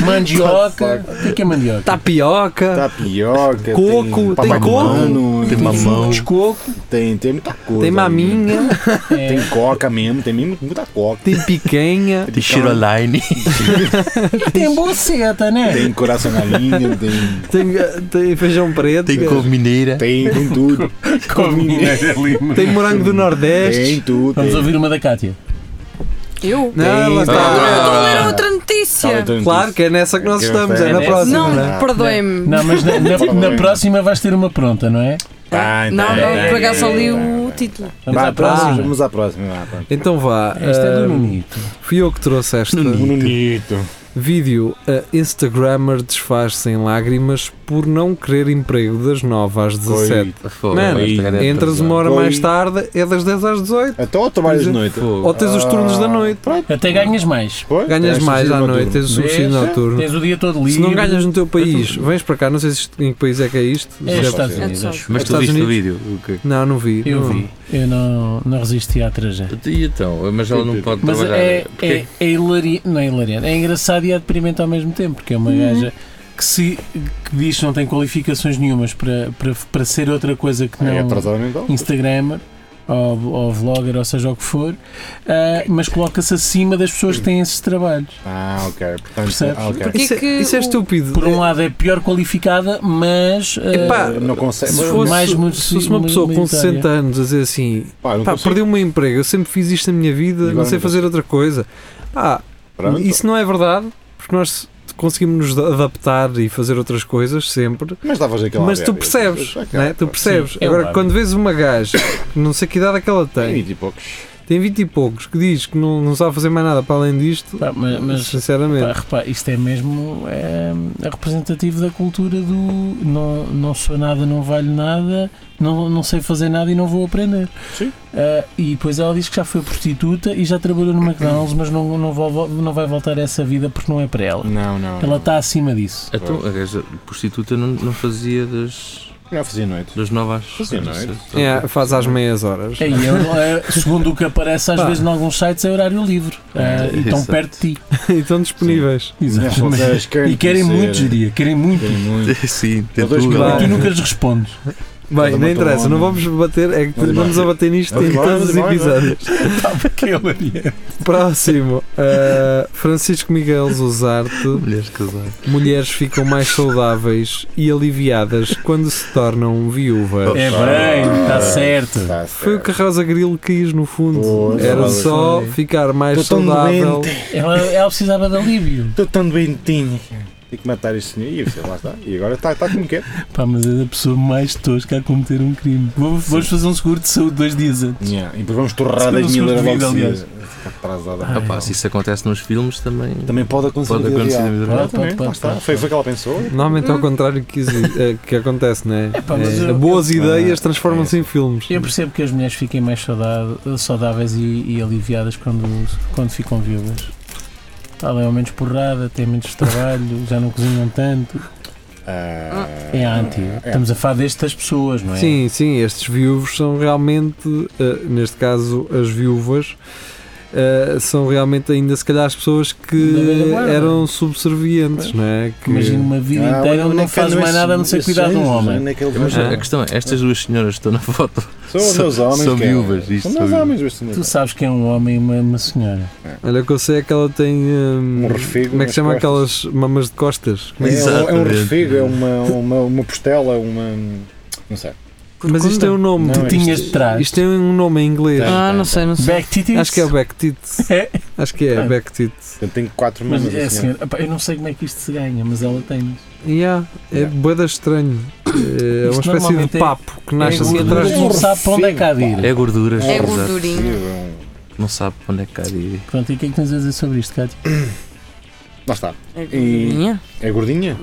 Speaker 2: Mandioca. O que é que é mandioca?
Speaker 4: Tá
Speaker 3: tapioca,
Speaker 4: Tapioca.
Speaker 3: Coco, tem
Speaker 4: papai
Speaker 3: coco.
Speaker 4: humano,
Speaker 5: Tem mamão.
Speaker 3: descoco,
Speaker 4: Tem, tem muita coisa.
Speaker 3: tem maminha,
Speaker 2: É,
Speaker 4: Tem coca mesmo, tem mesmo muita coca.
Speaker 3: tem picanha,
Speaker 4: [laughs]
Speaker 5: De Shiroline.
Speaker 2: E tem boceta, né?
Speaker 4: Tem coração na linha, tem.
Speaker 3: tem, eh, tem feijão preto,
Speaker 5: Tem couve mineira.
Speaker 4: Tem, tem tudo.
Speaker 3: tem morango do
Speaker 4: Tem
Speaker 3: Nordeste.
Speaker 4: tudo.
Speaker 2: Vamos
Speaker 4: tem.
Speaker 2: ouvir uma da Cátia.
Speaker 6: Eu?
Speaker 3: Não, ela
Speaker 6: Eu
Speaker 3: está.
Speaker 6: estou a ler Então outra notícia.
Speaker 4: Calma,
Speaker 3: Claro que é nessa que nós estamos, é na
Speaker 2: É
Speaker 3: próxima.
Speaker 6: Não,
Speaker 3: né?
Speaker 6: perdoem-me.
Speaker 2: Não, mas na, na-
Speaker 4: Tá
Speaker 2: na
Speaker 4: bem.
Speaker 2: próxima vais ter uma pronta, não é?
Speaker 4: Ah, então,
Speaker 6: Não,
Speaker 4: é,
Speaker 6: não,
Speaker 4: é,
Speaker 6: por acaso só
Speaker 4: é,
Speaker 6: li
Speaker 4: é,
Speaker 6: o título.
Speaker 2: Vamos
Speaker 4: Vá,
Speaker 2: à próxima.
Speaker 4: pronto, Vamos à próxima. vá, pronto.
Speaker 3: Então vá,
Speaker 2: Esta é
Speaker 3: ah,
Speaker 2: do Nunito.
Speaker 3: fui eu que trouxe esta.
Speaker 4: Bonito.
Speaker 3: Vídeo, a Instagrammer desfaz-se em lágrimas por não querer emprego das 9 às 17. Mano,
Speaker 5: é
Speaker 3: entras uma hora
Speaker 4: Foi.
Speaker 3: mais tarde, é das 10 às 18.
Speaker 4: Até ao trabalho Então, de noite.
Speaker 3: Ou tens os turnos da noite.
Speaker 2: Até ganhas mais.
Speaker 4: Pois,
Speaker 3: Ganhas
Speaker 4: tens
Speaker 3: mais
Speaker 4: de
Speaker 3: à
Speaker 4: uma
Speaker 3: noite,
Speaker 4: turma.
Speaker 3: tens o subsídio
Speaker 2: Deixa,
Speaker 3: noturno.
Speaker 2: Tens o dia todo livre.
Speaker 3: Se não ganhas no teu país, vens para cá, não sei se isto- em que país é que é isto.
Speaker 2: É
Speaker 3: Já-
Speaker 2: Estados
Speaker 6: É
Speaker 2: Unidos.
Speaker 6: só.
Speaker 2: acho.
Speaker 5: Mas tu
Speaker 3: Estados
Speaker 5: viste o
Speaker 3: Unidos.
Speaker 5: vídeo. O que...
Speaker 3: Não, não vi.
Speaker 2: Eu
Speaker 3: não.
Speaker 2: vi. Eu não, não resisti à tragédia.
Speaker 5: E então? Mas ela não pode
Speaker 2: Mas
Speaker 5: trabalhar.
Speaker 2: é,
Speaker 5: Porquê?
Speaker 2: é, é hilariante, não é hilariante, é engraçado e é deprimente ao mesmo tempo, porque é uma gaja que, se, que diz que não tem qualificações nenhumas para, para, para ser outra coisa que não
Speaker 4: É atrasado mental.
Speaker 2: Instagrammer ou, ou vlogger, ou seja o que for, ah, mas coloca-se acima das pessoas que têm esses trabalhos.
Speaker 4: Ah, ok. Portanto,
Speaker 2: Percebes?
Speaker 4: ah, ok.
Speaker 6: Porque
Speaker 3: Isso, é,
Speaker 6: que
Speaker 3: isso é
Speaker 6: o-
Speaker 3: estúpido.
Speaker 2: Por um lado é pior qualificada, mas ah,
Speaker 3: Epá,
Speaker 4: não consegue.
Speaker 3: se
Speaker 4: mas-
Speaker 3: fosse,
Speaker 2: mais mu-
Speaker 3: se fosse uma pessoa com
Speaker 2: humanitária.
Speaker 3: 60 anos a dizer assim,
Speaker 4: pá, não
Speaker 3: pá,
Speaker 4: consigo.
Speaker 3: perdi o meu emprego, eu sempre fiz isto na minha vida,
Speaker 4: Agora
Speaker 3: não sei
Speaker 4: não
Speaker 3: fazer outra coisa. Ah, Pá,
Speaker 4: Pronto.
Speaker 3: isso não é verdade, porque nós conseguimos nos adaptar e fazer outras coisas sempre.
Speaker 4: Mas estavas aquela
Speaker 3: mas tu
Speaker 4: ideia.
Speaker 3: percebes,
Speaker 4: Ok,
Speaker 3: não é? tu percebes.
Speaker 2: Sim, é um
Speaker 3: Agora,
Speaker 2: hábito.
Speaker 3: quando vês uma gaja, que não sei que idade é que ela
Speaker 4: Tem
Speaker 3: tem,
Speaker 4: e tipo, ox,
Speaker 3: tem 20 e poucos, que diz que não, não sabe fazer mais nada para além disto,
Speaker 2: pá, mas, É, mas
Speaker 3: sinceramente.
Speaker 2: Pá, repá, isto é mesmo é, é representativo da cultura do não, não sou nada, não valho nada, não, não sei fazer nada e não vou aprender.
Speaker 4: Sim.
Speaker 2: Ah, e depois ela diz que já foi prostituta e já trabalhou no McDonald's, mas não, não, vol- não vai voltar a essa vida porque não é para ela.
Speaker 4: Não, não.
Speaker 2: Ela tá- está acima disso.
Speaker 5: Então, a gaja prostituta não, não fazia das,
Speaker 4: Não fazia noite.
Speaker 5: das novas.
Speaker 4: Fazia, não é?
Speaker 3: É, faz às meias horas.
Speaker 2: Aí, eu, eh, segundo o que aparece às
Speaker 3: Pá.
Speaker 2: vezes em alguns sites, é horário livre. Ah, e estão
Speaker 5: Exato.
Speaker 2: perto de ti.
Speaker 3: [laughs] e estão disponíveis.
Speaker 4: Vocês
Speaker 2: E querem
Speaker 4: conhecer.
Speaker 2: muito, diria, querem muito.
Speaker 4: Querem muito.
Speaker 5: [laughs] Sim, tem
Speaker 4: Eu dois
Speaker 5: tudo.
Speaker 4: mil
Speaker 2: E
Speaker 5: ela-
Speaker 2: tu nunca lhes respondes.
Speaker 3: Bem,
Speaker 4: Cada
Speaker 3: não
Speaker 4: uma
Speaker 3: interessa,
Speaker 4: toma
Speaker 3: não
Speaker 4: uma.
Speaker 3: vamos bater, é que
Speaker 4: Vamos
Speaker 3: vamos
Speaker 4: embora.
Speaker 3: abater nisto
Speaker 4: Vamos
Speaker 3: em
Speaker 4: embora,
Speaker 3: todos os
Speaker 4: vamos embora.
Speaker 3: episória.
Speaker 2: [laughs] Que hilaria.
Speaker 3: Próximo, uh, Francisco Miguel Zuzarte.
Speaker 5: Mulheres casadas.
Speaker 3: Mulheres ficam mais saudáveis e aliviadas quando se tornam viúvas.
Speaker 2: É bem, está certo.
Speaker 4: Tá
Speaker 3: Foi o
Speaker 4: certo.
Speaker 3: que a Rosa Grilo quis, no fundo.
Speaker 4: Pois,
Speaker 3: Era
Speaker 4: Rosa.
Speaker 3: só ficar mais
Speaker 4: Estou tão
Speaker 3: é saudável.
Speaker 4: doente.
Speaker 2: Ela, ela precisava de alívio.
Speaker 4: Estou tão doentinho. Tenho que matar este senhor. E você lá está. E agora tá, está está como quer.
Speaker 2: Pá, mas é da pessoa mais tosca a cometer um crime. Vou- Vamos fazer um seguro de saúde dois dias antes.
Speaker 4: Yeah, E depois vamos torrar
Speaker 2: Segundo
Speaker 4: das mil
Speaker 2: segundo
Speaker 4: euros
Speaker 2: de vida,
Speaker 4: logo de seguida. Atrasada.
Speaker 5: Ah, pá, se isso acontece nos filmes também.
Speaker 4: Também pode acontecer.
Speaker 5: Pode
Speaker 4: na vida
Speaker 5: acontecer
Speaker 4: real.
Speaker 5: na vida
Speaker 2: real.
Speaker 4: Ah, também, lá está. Foi foi o que ela pensou.
Speaker 3: Normalmente é ao contrário que, exi- eh, que acontece, né?
Speaker 2: É pá, mas
Speaker 3: É,
Speaker 2: eu-
Speaker 3: boas
Speaker 2: eu-
Speaker 3: ideias transformam-se em filmes.
Speaker 2: Eu percebo que as mulheres fiquem mais saudade- saudáveis e, e aliviadas quando, quando ficam viúvas. Ela é menos porrada, tem menos trabalho, já não cozinham tanto.
Speaker 4: Ah,
Speaker 2: É anti. Estamos a falar destas pessoas, não é?
Speaker 3: Sim, sim, estes viúvos são realmente, eh, neste caso as viúvas, eh, são realmente ainda se calhar as pessoas
Speaker 2: Da velha
Speaker 3: que
Speaker 2: guarda.
Speaker 3: eram subservientes, não é? Que-
Speaker 2: Imagino uma vida
Speaker 4: ah,
Speaker 2: inteira onde
Speaker 4: onde é
Speaker 2: não
Speaker 4: que
Speaker 2: faz
Speaker 4: andam
Speaker 2: mais
Speaker 4: esses-
Speaker 2: nada a não ser
Speaker 4: esses
Speaker 2: cuidar de um
Speaker 4: anjos?
Speaker 2: homem.
Speaker 4: Onde é que eles
Speaker 5: Mas
Speaker 4: andam?
Speaker 5: a questão é, estas duas senhoras que estão na [laughs] foto.
Speaker 4: São
Speaker 5: São-
Speaker 4: meus homens.
Speaker 5: são
Speaker 4: que é.
Speaker 5: viúvas,
Speaker 4: São
Speaker 5: isto, são
Speaker 4: meus
Speaker 5: viúvas.
Speaker 4: homens. isto não é.
Speaker 2: Tu sabes que é um homem e uma, uma senhora.
Speaker 3: Olha, o que eu sei é que ela tem. hum,
Speaker 4: Um refego
Speaker 3: como é que
Speaker 4: nas
Speaker 3: chama
Speaker 4: costas.
Speaker 3: aquelas mamas de costas?
Speaker 4: É, um- é um
Speaker 5: Exatamente.
Speaker 4: refego, é uma, uma, uma postela, uma. Não sei.
Speaker 3: Mas isto tem um nome.
Speaker 4: Não, é-
Speaker 3: tipo,
Speaker 2: Tetinhas
Speaker 3: isto-
Speaker 2: de trás.
Speaker 3: Isto tem um nome em inglês.
Speaker 4: Tem.
Speaker 6: Ah, não sei, não sei.
Speaker 2: Back titties?
Speaker 3: Acho que
Speaker 2: [laughs]
Speaker 3: é o Backtit.
Speaker 2: É.
Speaker 3: Acho que é
Speaker 2: Ah.
Speaker 3: Backtit.
Speaker 4: Eu tenho quatro
Speaker 2: Mas
Speaker 4: mamas.
Speaker 2: é
Speaker 4: assim,
Speaker 2: assim, epá, eu não sei como é que isto se ganha, mas ela tem.
Speaker 3: Yeah, é
Speaker 4: Yeah.
Speaker 3: boeda estranho. É
Speaker 2: Isto
Speaker 3: uma espécie
Speaker 2: normalmente
Speaker 3: de
Speaker 2: é-
Speaker 3: papo que nasce
Speaker 2: é
Speaker 3: assim
Speaker 2: gordura,
Speaker 3: atrás de
Speaker 2: não
Speaker 4: um
Speaker 2: sabe para onde é que há de ir.
Speaker 5: É gorduras.
Speaker 6: É
Speaker 5: exato.
Speaker 6: gordurinho.
Speaker 4: um-
Speaker 5: Não sabe para onde é que há de ir.
Speaker 2: Pronto, e o que é que tens a dizer sobre isto, Cátia?
Speaker 4: Lá está.
Speaker 6: É gordurinha.
Speaker 4: É gordinha?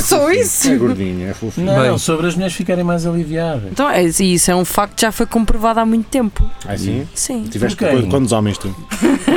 Speaker 6: Só isso?
Speaker 4: É gordinho, é fofinho.
Speaker 2: Não,
Speaker 3: Bem.
Speaker 2: não, sobre as mulheres ficarem mais
Speaker 6: [laughs]
Speaker 2: aliviadas.
Speaker 6: Então, é- isso é um facto que já foi comprovado há muito tempo.
Speaker 4: Ah, sim?
Speaker 6: Sim.
Speaker 4: Tiveste
Speaker 2: Ok.
Speaker 4: quantos- quantos homens tu?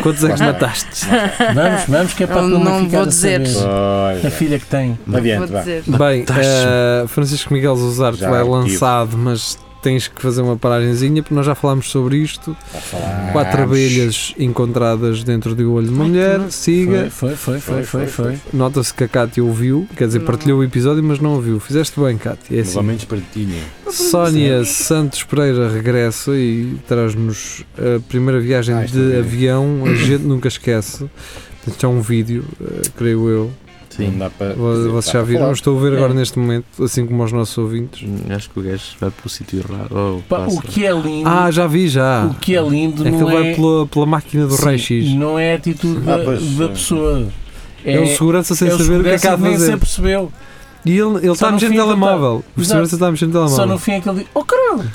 Speaker 3: Quantos é que
Speaker 4: Lá está.
Speaker 3: mataste?
Speaker 2: Vamos, vamos, que é para
Speaker 6: Não-
Speaker 2: não,
Speaker 6: não
Speaker 2: ficar
Speaker 6: vou
Speaker 2: a
Speaker 6: dizer.
Speaker 2: saber. A
Speaker 4: Pois,
Speaker 2: filha que tem.
Speaker 4: é. Adiante,
Speaker 6: Vou
Speaker 4: vá.
Speaker 3: [laughs]
Speaker 6: dizer.
Speaker 3: Bem,
Speaker 5: Mataste-me.
Speaker 3: eh, Francisco Miguel Zuzar
Speaker 4: Já é
Speaker 3: vai
Speaker 4: tive.
Speaker 3: lançado, mas tens que fazer uma paragenzinha, porque nós já falámos sobre isto.
Speaker 4: Já falámos.
Speaker 3: Quatro abelhas encontradas dentro do olho de uma mulher, siga.
Speaker 2: Foi, foi, foi, foi, foi.
Speaker 3: Nota-se que a Cátia ouviu, quer
Speaker 2: Hum.
Speaker 3: dizer,
Speaker 6: Não.
Speaker 3: partilhou o episódio, mas não ouviu. Fizeste bem, Cátia. É
Speaker 4: Os
Speaker 3: assim.
Speaker 4: homens partilham.
Speaker 3: Sónia Santos Pereira regressa e traz-nos a primeira viagem
Speaker 4: Ah, este
Speaker 3: de
Speaker 4: vídeo.
Speaker 3: avião. A gente nunca esquece. Isto é um vídeo, eh, creio eu.
Speaker 5: Sim.
Speaker 4: Não dá para.
Speaker 3: Vo- Vocês
Speaker 4: tá
Speaker 3: já viram? Estou a ver
Speaker 2: É.
Speaker 3: agora neste momento, assim como aos nossos ouvintes.
Speaker 5: Acho que o gajo vai para o sítio errado. Oh, ou
Speaker 2: Pá, o
Speaker 5: passa.
Speaker 2: que é lindo,
Speaker 3: Ah, já vi, já.
Speaker 2: o que é lindo
Speaker 3: É que ele
Speaker 2: não
Speaker 3: vai
Speaker 2: é,
Speaker 3: pela, pela máquina do
Speaker 2: Sim,
Speaker 3: raio-x.
Speaker 2: não é a atitude
Speaker 4: Ah,
Speaker 2: da,
Speaker 4: pois,
Speaker 2: da
Speaker 4: é.
Speaker 2: pessoa.
Speaker 3: É um segurança sem
Speaker 2: é o
Speaker 3: saber o que é que há
Speaker 2: segurança
Speaker 3: de
Speaker 2: nem se
Speaker 3: fazer.
Speaker 2: apercebeu.
Speaker 3: E ele, ele
Speaker 2: Só
Speaker 3: está
Speaker 2: no
Speaker 3: mexendo
Speaker 2: fim
Speaker 3: no
Speaker 2: ele
Speaker 3: telemóvel. O
Speaker 2: Exato.
Speaker 3: segurança está mexendo no
Speaker 2: Só no
Speaker 3: telemóvel.
Speaker 2: fim é que ele diz: Oh caralho!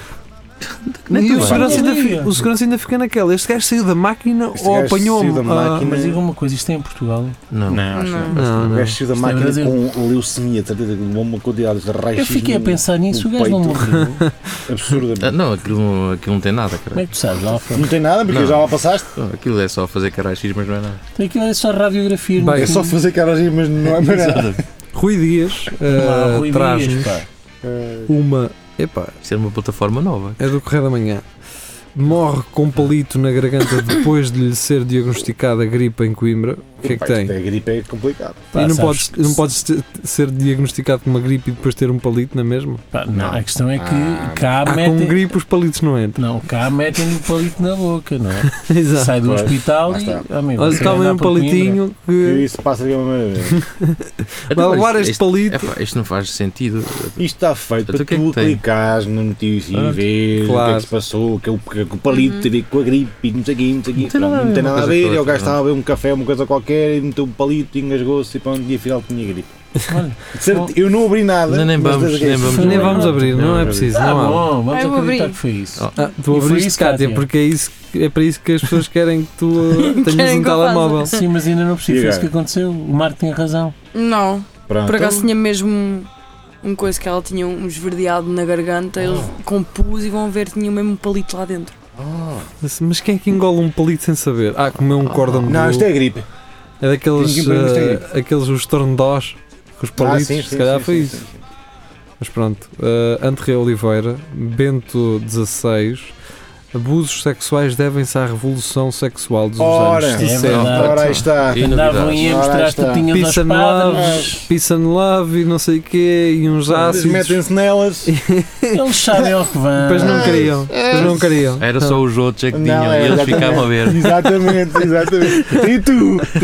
Speaker 3: E o
Speaker 4: bem.
Speaker 3: segurança, ainda,
Speaker 2: Não
Speaker 3: fi-
Speaker 2: liga.
Speaker 3: o segurança ainda fica naquela. Este gajo saiu da máquina
Speaker 4: Este
Speaker 3: ou
Speaker 4: gajo
Speaker 3: apanhou-me?
Speaker 4: saiu da
Speaker 3: Ah,
Speaker 4: máquina.
Speaker 2: Mas diga uma coisa, isto é em Portugal.
Speaker 5: Não.
Speaker 4: Não, acho
Speaker 6: Não.
Speaker 4: que
Speaker 3: Não,
Speaker 4: não. O
Speaker 3: não.
Speaker 4: gajo saiu
Speaker 2: Isto
Speaker 4: da
Speaker 2: é
Speaker 4: máquina
Speaker 2: Brasil.
Speaker 4: com leucemia, tá vendo? uma quantidade de raios.
Speaker 2: Eu fiquei a pensar nisso, o gajo não
Speaker 4: É peito.
Speaker 2: morreu.
Speaker 5: Ah,
Speaker 4: [laughs] Absurdamente.
Speaker 5: não, aquilo, não- aquilo não tem nada,
Speaker 2: Como é
Speaker 5: caralho.
Speaker 2: que tu sabes, Alfa?
Speaker 4: Não tem nada, porque
Speaker 5: Não.
Speaker 4: já lá passaste.
Speaker 5: Ah, Aquilo é só fazer caralho X, mas não é nada.
Speaker 2: Então Aquilo é só radiografia. no
Speaker 3: Bem,
Speaker 4: É
Speaker 2: fundo.
Speaker 4: só fazer caragem, mas não é mais nada.
Speaker 3: Rui Dias
Speaker 2: Ah,
Speaker 3: eh,
Speaker 2: Rui Dias,
Speaker 3: traz-nos
Speaker 2: pá.
Speaker 4: Eh,
Speaker 3: uma. Epá,
Speaker 5: Isto é uma plataforma nova.
Speaker 3: é do Correio da Manhã. Morre com palito na garganta depois de lhe ser diagnosticada gripe em Coimbra. O que é que
Speaker 4: pá,
Speaker 3: tem?
Speaker 4: isto é gripe é complicado.
Speaker 2: Pá,
Speaker 3: e não
Speaker 2: sabes-
Speaker 3: podes, não podes te- ser diagnosticado com uma gripe e depois ter um palito na mesma?
Speaker 2: Pá, não, a questão é que
Speaker 4: Ah,
Speaker 2: cá
Speaker 3: Ah, com
Speaker 2: metem.
Speaker 3: gripe os palitos não entram.
Speaker 2: Não, cá metem-lhe o palito na boca, não é?
Speaker 3: [laughs] Exato.
Speaker 2: Sai do
Speaker 4: Pois,
Speaker 2: hospital
Speaker 4: lá
Speaker 2: e.
Speaker 4: está.
Speaker 2: Ah, meu,
Speaker 3: Olha,
Speaker 2: você
Speaker 3: tomem
Speaker 2: anda
Speaker 3: um
Speaker 2: por Coimbra.
Speaker 3: palitinho
Speaker 4: E
Speaker 3: que
Speaker 4: isso passa de uma maneira.
Speaker 3: vai
Speaker 5: Então,
Speaker 3: levar
Speaker 5: isto-
Speaker 3: este palito.
Speaker 5: isto- epá, isto não faz sentido.
Speaker 4: Isto está feito
Speaker 5: Então,
Speaker 4: para
Speaker 5: o que é
Speaker 4: tu
Speaker 5: que tem?
Speaker 4: clicares na notícia
Speaker 5: Ah,
Speaker 4: e veres o que é
Speaker 3: claro.
Speaker 4: que se passou, que é o, que é que o palito
Speaker 6: Uhum.
Speaker 4: tem a ver com a gripe e não sei o quê, não sei o quê.
Speaker 5: Não tem
Speaker 4: Pronto,
Speaker 5: nada a
Speaker 4: Não
Speaker 5: ver é
Speaker 4: tem
Speaker 5: uma
Speaker 4: nada a
Speaker 5: coisa com
Speaker 4: ver. E
Speaker 5: a
Speaker 4: o
Speaker 5: outra,
Speaker 4: gajo estava a beber um café, uma coisa qualquer, e meteu um palito, e engasgou-se e pronto, e afinal tinha gripe. [laughs]
Speaker 2: Olha,
Speaker 4: De certeza- Eu não abri nada.
Speaker 5: Nem- nem
Speaker 4: mas
Speaker 5: vamos,
Speaker 4: desde que é
Speaker 5: nem
Speaker 4: isso.
Speaker 5: vamos
Speaker 3: Nem vamos abrir, não é preciso.
Speaker 2: tá
Speaker 3: Não há.
Speaker 2: bom, vamos
Speaker 6: Eu vou
Speaker 2: acreditar
Speaker 6: abrir.
Speaker 2: que foi isso.
Speaker 5: Oh,
Speaker 3: Ah,
Speaker 2: E
Speaker 3: tu
Speaker 2: foi
Speaker 3: abriste,
Speaker 2: isso, Cátia.
Speaker 3: Cátia, porque é, isso, é para isso que as pessoas querem que
Speaker 6: [laughs]
Speaker 3: tu eh, tenhas
Speaker 6: Querem
Speaker 3: um
Speaker 6: que eu
Speaker 3: telemóvel.
Speaker 2: Sim, mas ainda não percebi.
Speaker 4: E
Speaker 2: Foi isso que
Speaker 4: agora?
Speaker 2: aconteceu. O Marco tem razão.
Speaker 6: Não,
Speaker 4: Pronto.
Speaker 6: por acaso tinha mesmo um- um coisa que ela tinha um esverdeado na garganta, eles compus e vão ver, tinha mesmo um palito lá dentro.
Speaker 3: Mas- Mas quem é que engole um palito sem saber? Ah, comeu um cordão
Speaker 4: Não,
Speaker 3: bleu.
Speaker 4: isto é gripe.
Speaker 3: É daqueles.
Speaker 4: Ninguém pergunta
Speaker 3: eh,
Speaker 4: isto
Speaker 3: aqueles os tornedós com os palitos,
Speaker 4: Ah, sim,
Speaker 3: se
Speaker 4: sim,
Speaker 3: calhar
Speaker 4: sim,
Speaker 3: foi
Speaker 4: sim,
Speaker 3: isso.
Speaker 4: sim, sim.
Speaker 3: Mas pronto. eh, André Oliveira, Bento 16. Abusos sexuais devem-se à revolução sexual dos
Speaker 4: Ora,
Speaker 3: anos
Speaker 4: é
Speaker 3: 60.
Speaker 2: verdade.
Speaker 4: Ora, aí está.
Speaker 5: E
Speaker 2: Andavam e
Speaker 5: novidades?
Speaker 2: ia
Speaker 4: Ora,
Speaker 2: mostrar as
Speaker 4: está.
Speaker 2: tetinhas aos
Speaker 3: Peace and
Speaker 2: padres.
Speaker 3: love, peace and love e não sei o quê, e uns
Speaker 4: Eles
Speaker 3: ácidos.
Speaker 4: metem-se Ah, nelas.
Speaker 2: Eles sabem ao que vão.
Speaker 3: Depois não queriam. Depois
Speaker 4: é.
Speaker 3: não queriam.
Speaker 5: Era só os outros é que
Speaker 4: Não,
Speaker 5: tinham e
Speaker 4: é,
Speaker 5: eles
Speaker 4: exatamente.
Speaker 5: ficavam a ver.
Speaker 4: Exatamente, exatamente. E tu?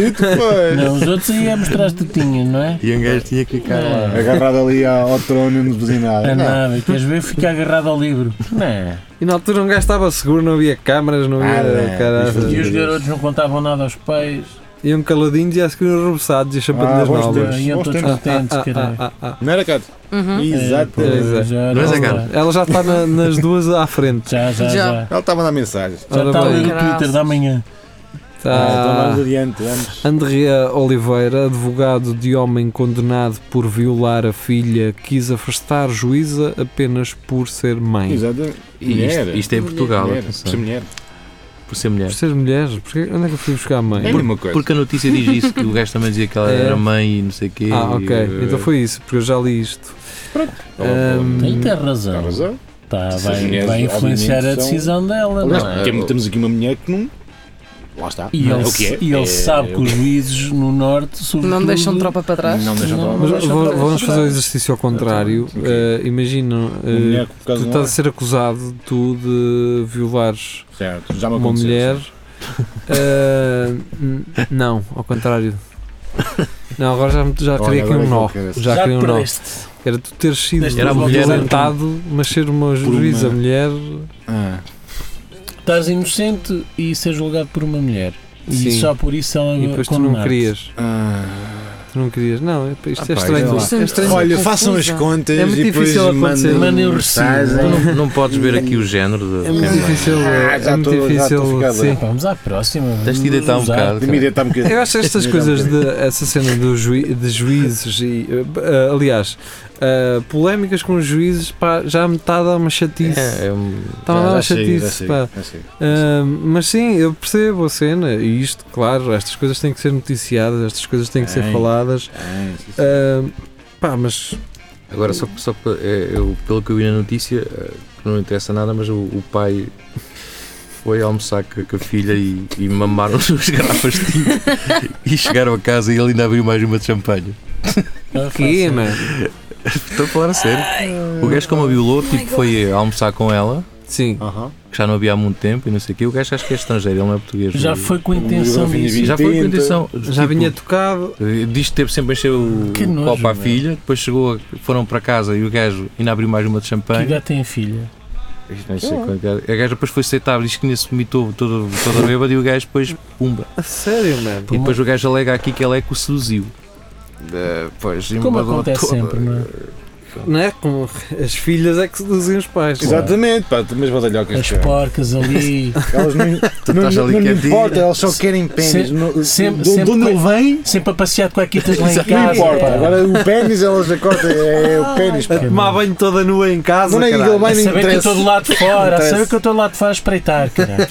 Speaker 4: E tu pois?
Speaker 2: Não, os outros é iam mostrar as tetinhas, não é?
Speaker 5: E um gajo tinha que ficar
Speaker 4: é
Speaker 5: lá.
Speaker 2: Não.
Speaker 4: Agarrado ali ao, ao trono
Speaker 2: Ah,
Speaker 4: no É.
Speaker 3: É,
Speaker 4: vizinado. Não.
Speaker 2: nada, queres ver? Fica agarrado ao livro. Não. é?
Speaker 3: E na altura um gajo estava seguro, não havia câmaras, não
Speaker 4: Ah,
Speaker 3: havia.
Speaker 4: não.
Speaker 2: E
Speaker 3: Caralho.
Speaker 2: os garotos não contavam nada aos pais. é,
Speaker 3: Iam caladinhos e um a seguir arrebessados um e a
Speaker 4: Ah,
Speaker 3: chapadinhas
Speaker 4: bons
Speaker 3: novas.
Speaker 4: tempos.
Speaker 2: Iam
Speaker 4: bons
Speaker 2: todos
Speaker 4: tempos.
Speaker 2: contentes, caralho.
Speaker 3: ah, ah.
Speaker 4: Não era, Cato?
Speaker 6: Uhum.
Speaker 4: Exatamente.
Speaker 3: Pois é.
Speaker 2: Já,
Speaker 5: Não é, Zé
Speaker 2: já,
Speaker 5: Carlos?
Speaker 3: Ela já está na- nas duas à
Speaker 4: [laughs]
Speaker 3: frente.
Speaker 2: já, já,
Speaker 6: Já.
Speaker 2: já.
Speaker 4: Ela estava a dar mensagens.
Speaker 2: Já
Speaker 3: Ora
Speaker 2: está a
Speaker 3: bem.
Speaker 2: ler o Twitter
Speaker 6: Caraças.
Speaker 2: da manhã.
Speaker 3: Tá.
Speaker 4: Então vamos
Speaker 3: Está
Speaker 4: adiante, vamos.
Speaker 3: Ah, Andrea Oliveira, advogado de homem condenado por violar a filha, quis afastar juíza apenas por ser mãe.
Speaker 4: Exatamente.
Speaker 5: E isto,
Speaker 4: Mulher.
Speaker 5: isto é em
Speaker 6: Mulher.
Speaker 5: Portugal,
Speaker 4: Mulher,
Speaker 5: atenção.
Speaker 4: ser mulher.
Speaker 5: por ser mulher.
Speaker 3: Por ser mulher? Porquê- onde é que eu fui buscar a
Speaker 4: É a
Speaker 3: mãe?
Speaker 4: mesma coisa.
Speaker 5: Porque a notícia diz isso, que o gajo também dizia que ela
Speaker 3: É.
Speaker 5: era mãe e não sei o quê.
Speaker 3: Ah, ok.
Speaker 5: e, eh,
Speaker 3: Então foi isso, porque eu já li isto. Ahm,
Speaker 2: Tem ter
Speaker 4: Está
Speaker 2: razão.
Speaker 4: Hum. razão.
Speaker 2: Tá,
Speaker 4: Essas
Speaker 2: vai,
Speaker 4: mulheres,
Speaker 2: vai influenciar a
Speaker 4: é, obviamente, são-
Speaker 2: decisão dela,
Speaker 4: Aliás,
Speaker 2: não é?
Speaker 4: temos- temos aqui uma mulher que não. Lá está.
Speaker 2: E
Speaker 4: É
Speaker 2: ele,
Speaker 4: o que é.
Speaker 2: e ele
Speaker 4: É
Speaker 2: sabe que
Speaker 4: o
Speaker 2: os
Speaker 4: que é.
Speaker 2: juízes no Norte sobretudo,
Speaker 6: Não deixam tropa para trás.
Speaker 4: Não deixa
Speaker 2: Não,
Speaker 3: Mas
Speaker 4: tomar.
Speaker 2: deixa
Speaker 3: vo-
Speaker 2: para-
Speaker 3: vamos
Speaker 2: para-
Speaker 3: fazer o exercício ao contrário.
Speaker 4: Então, Ok.
Speaker 3: Eh, imagina, eh,
Speaker 4: Uma mulher com
Speaker 3: tu
Speaker 4: caso
Speaker 3: estás a ser acusado tu de violares
Speaker 4: Certo, já me
Speaker 3: uma
Speaker 4: aconteceu.
Speaker 3: mulher. eh, n- não, ao contrário. Não, agora já, me- já
Speaker 4: Olha,
Speaker 3: queria aqui
Speaker 4: agora
Speaker 3: um
Speaker 4: é
Speaker 3: nó.
Speaker 4: que eu quero esse.
Speaker 3: Já queria um nó.
Speaker 2: perdeste.
Speaker 3: Era tu teres sido
Speaker 2: Deste
Speaker 5: Era a mulher,
Speaker 3: violentado, mas ser uma juíza
Speaker 4: uma-
Speaker 3: mulher.
Speaker 4: Ah,
Speaker 2: Estás inocente e ser julgado por uma mulher. E
Speaker 3: Sim.
Speaker 2: só por isso ela
Speaker 3: E depois tu não
Speaker 2: condenar-te.
Speaker 3: querias.
Speaker 4: ah.
Speaker 3: Tu não querias? Não, é- isto
Speaker 5: Ah, pá,
Speaker 3: é estranho.
Speaker 4: isto
Speaker 3: É
Speaker 6: é-
Speaker 3: estranho.
Speaker 6: Olha,
Speaker 4: Olha,
Speaker 6: confusa.
Speaker 4: façam as contas
Speaker 3: É muito
Speaker 4: e depois
Speaker 3: difícil acontecer.
Speaker 4: mandem
Speaker 2: Mandem o recibo.
Speaker 4: mensagem.
Speaker 5: Tu não, não podes ver aqui o género de.
Speaker 4: É
Speaker 3: É muito
Speaker 4: muito
Speaker 3: difícil.
Speaker 4: Ah, já
Speaker 3: é muito
Speaker 4: estou- já
Speaker 3: difícil.
Speaker 4: estou a ficar
Speaker 3: sim.
Speaker 4: doido.
Speaker 2: Vamos à próxima.
Speaker 5: Tens de ir deitar um
Speaker 2: Vamos à-
Speaker 5: bocado.
Speaker 4: De mim deitar um bocadinho.
Speaker 3: Eu acho estas
Speaker 4: Não,
Speaker 3: coisas
Speaker 4: não.
Speaker 3: de essa cena do juí- de juízes e eh, b- eh, aliás eh, polémicas com os juízes pá, já me está a dar uma chatice.
Speaker 5: É, é um-
Speaker 3: Está a dar uma
Speaker 4: Já chega, já
Speaker 3: chatice.
Speaker 4: chega,
Speaker 3: Pá.
Speaker 4: já chega.
Speaker 3: Ah, mas sim, eu percebo a cena e isto, claro, estas coisas têm que ser noticiadas, estas coisas têm que ser
Speaker 4: Tem.
Speaker 3: faladas.
Speaker 4: Ah, sim, sim.
Speaker 3: Ah, pá, mas
Speaker 5: Agora, só, só para, é, eu, pelo que eu vi na notícia, eh, que não interessa nada, mas o, o pai foi almoçar com, com a filha e, e mamaram as garrafas de tinta e chegaram a casa e ele ainda abriu mais uma de champanhe.
Speaker 2: Ah,
Speaker 3: que, é,
Speaker 2: faço-
Speaker 3: mano?
Speaker 5: Estou a falar a sério. O gajo, como a violou, tipo, foi almoçar com ela,
Speaker 3: Sim,
Speaker 4: Aham.
Speaker 5: que já não havia há muito tempo e não sei o quê. O gajo acho que é estrangeiro, ele não é português.
Speaker 2: Já
Speaker 5: O-
Speaker 2: foi com
Speaker 4: Eu
Speaker 2: intenção
Speaker 4: vinha
Speaker 2: disso.
Speaker 4: vir.
Speaker 5: Já foi com a intenção.
Speaker 3: já
Speaker 5: tipo,
Speaker 3: vinha tocado.
Speaker 5: Diz que teve sempre a encher o
Speaker 2: Que
Speaker 5: o
Speaker 2: nojo,
Speaker 5: copo à
Speaker 2: meu.
Speaker 5: filha, depois chegou, a- foram para casa e o gajo ainda abriu mais uma de
Speaker 2: Que
Speaker 5: champanhe.
Speaker 2: gato tem filha?
Speaker 5: Isto não sei quanto é. A gaja depois foi aceitável, diz que nesse vomitou toda, toda bêbada e o gajo depois pumba.
Speaker 3: A sério, mano.
Speaker 5: E depois o gajo alega aqui que ela é que o seduziu. Eh, pois, e
Speaker 2: Como
Speaker 5: mandou
Speaker 2: acontece
Speaker 5: toda.
Speaker 2: sempre, não é?
Speaker 3: Não é? Como as filhas é que seduzem os pais.
Speaker 4: Exatamente, pá, tu mas badalhocas.
Speaker 2: As
Speaker 4: cara.
Speaker 2: porcas ali.
Speaker 4: Elas não, não,
Speaker 5: estás ali
Speaker 4: não, não
Speaker 5: quietinho.
Speaker 4: importa, elas só querem
Speaker 2: Se-
Speaker 4: pênis. não-
Speaker 2: sempre-
Speaker 4: de onde- de
Speaker 2: sempre
Speaker 4: onde
Speaker 2: que-
Speaker 4: ele vem,
Speaker 2: Sempre a passear de cuequitas lá em
Speaker 4: não
Speaker 2: casa.
Speaker 4: importa.
Speaker 2: pá.
Speaker 4: Agora o pênis, elas já cortam, é, é o pênis.
Speaker 3: A
Speaker 4: pá.
Speaker 3: tomar banho toda nua em casa.
Speaker 4: Não é que
Speaker 3: caralho.
Speaker 4: ele vai-
Speaker 2: A
Speaker 4: não
Speaker 2: saber que eu
Speaker 4: interessa.
Speaker 2: estou do lado de
Speaker 4: Não
Speaker 2: fora, a saber
Speaker 4: interessa.
Speaker 2: que eu estou do lado de fora a espreitar,
Speaker 4: [laughs]
Speaker 2: cara.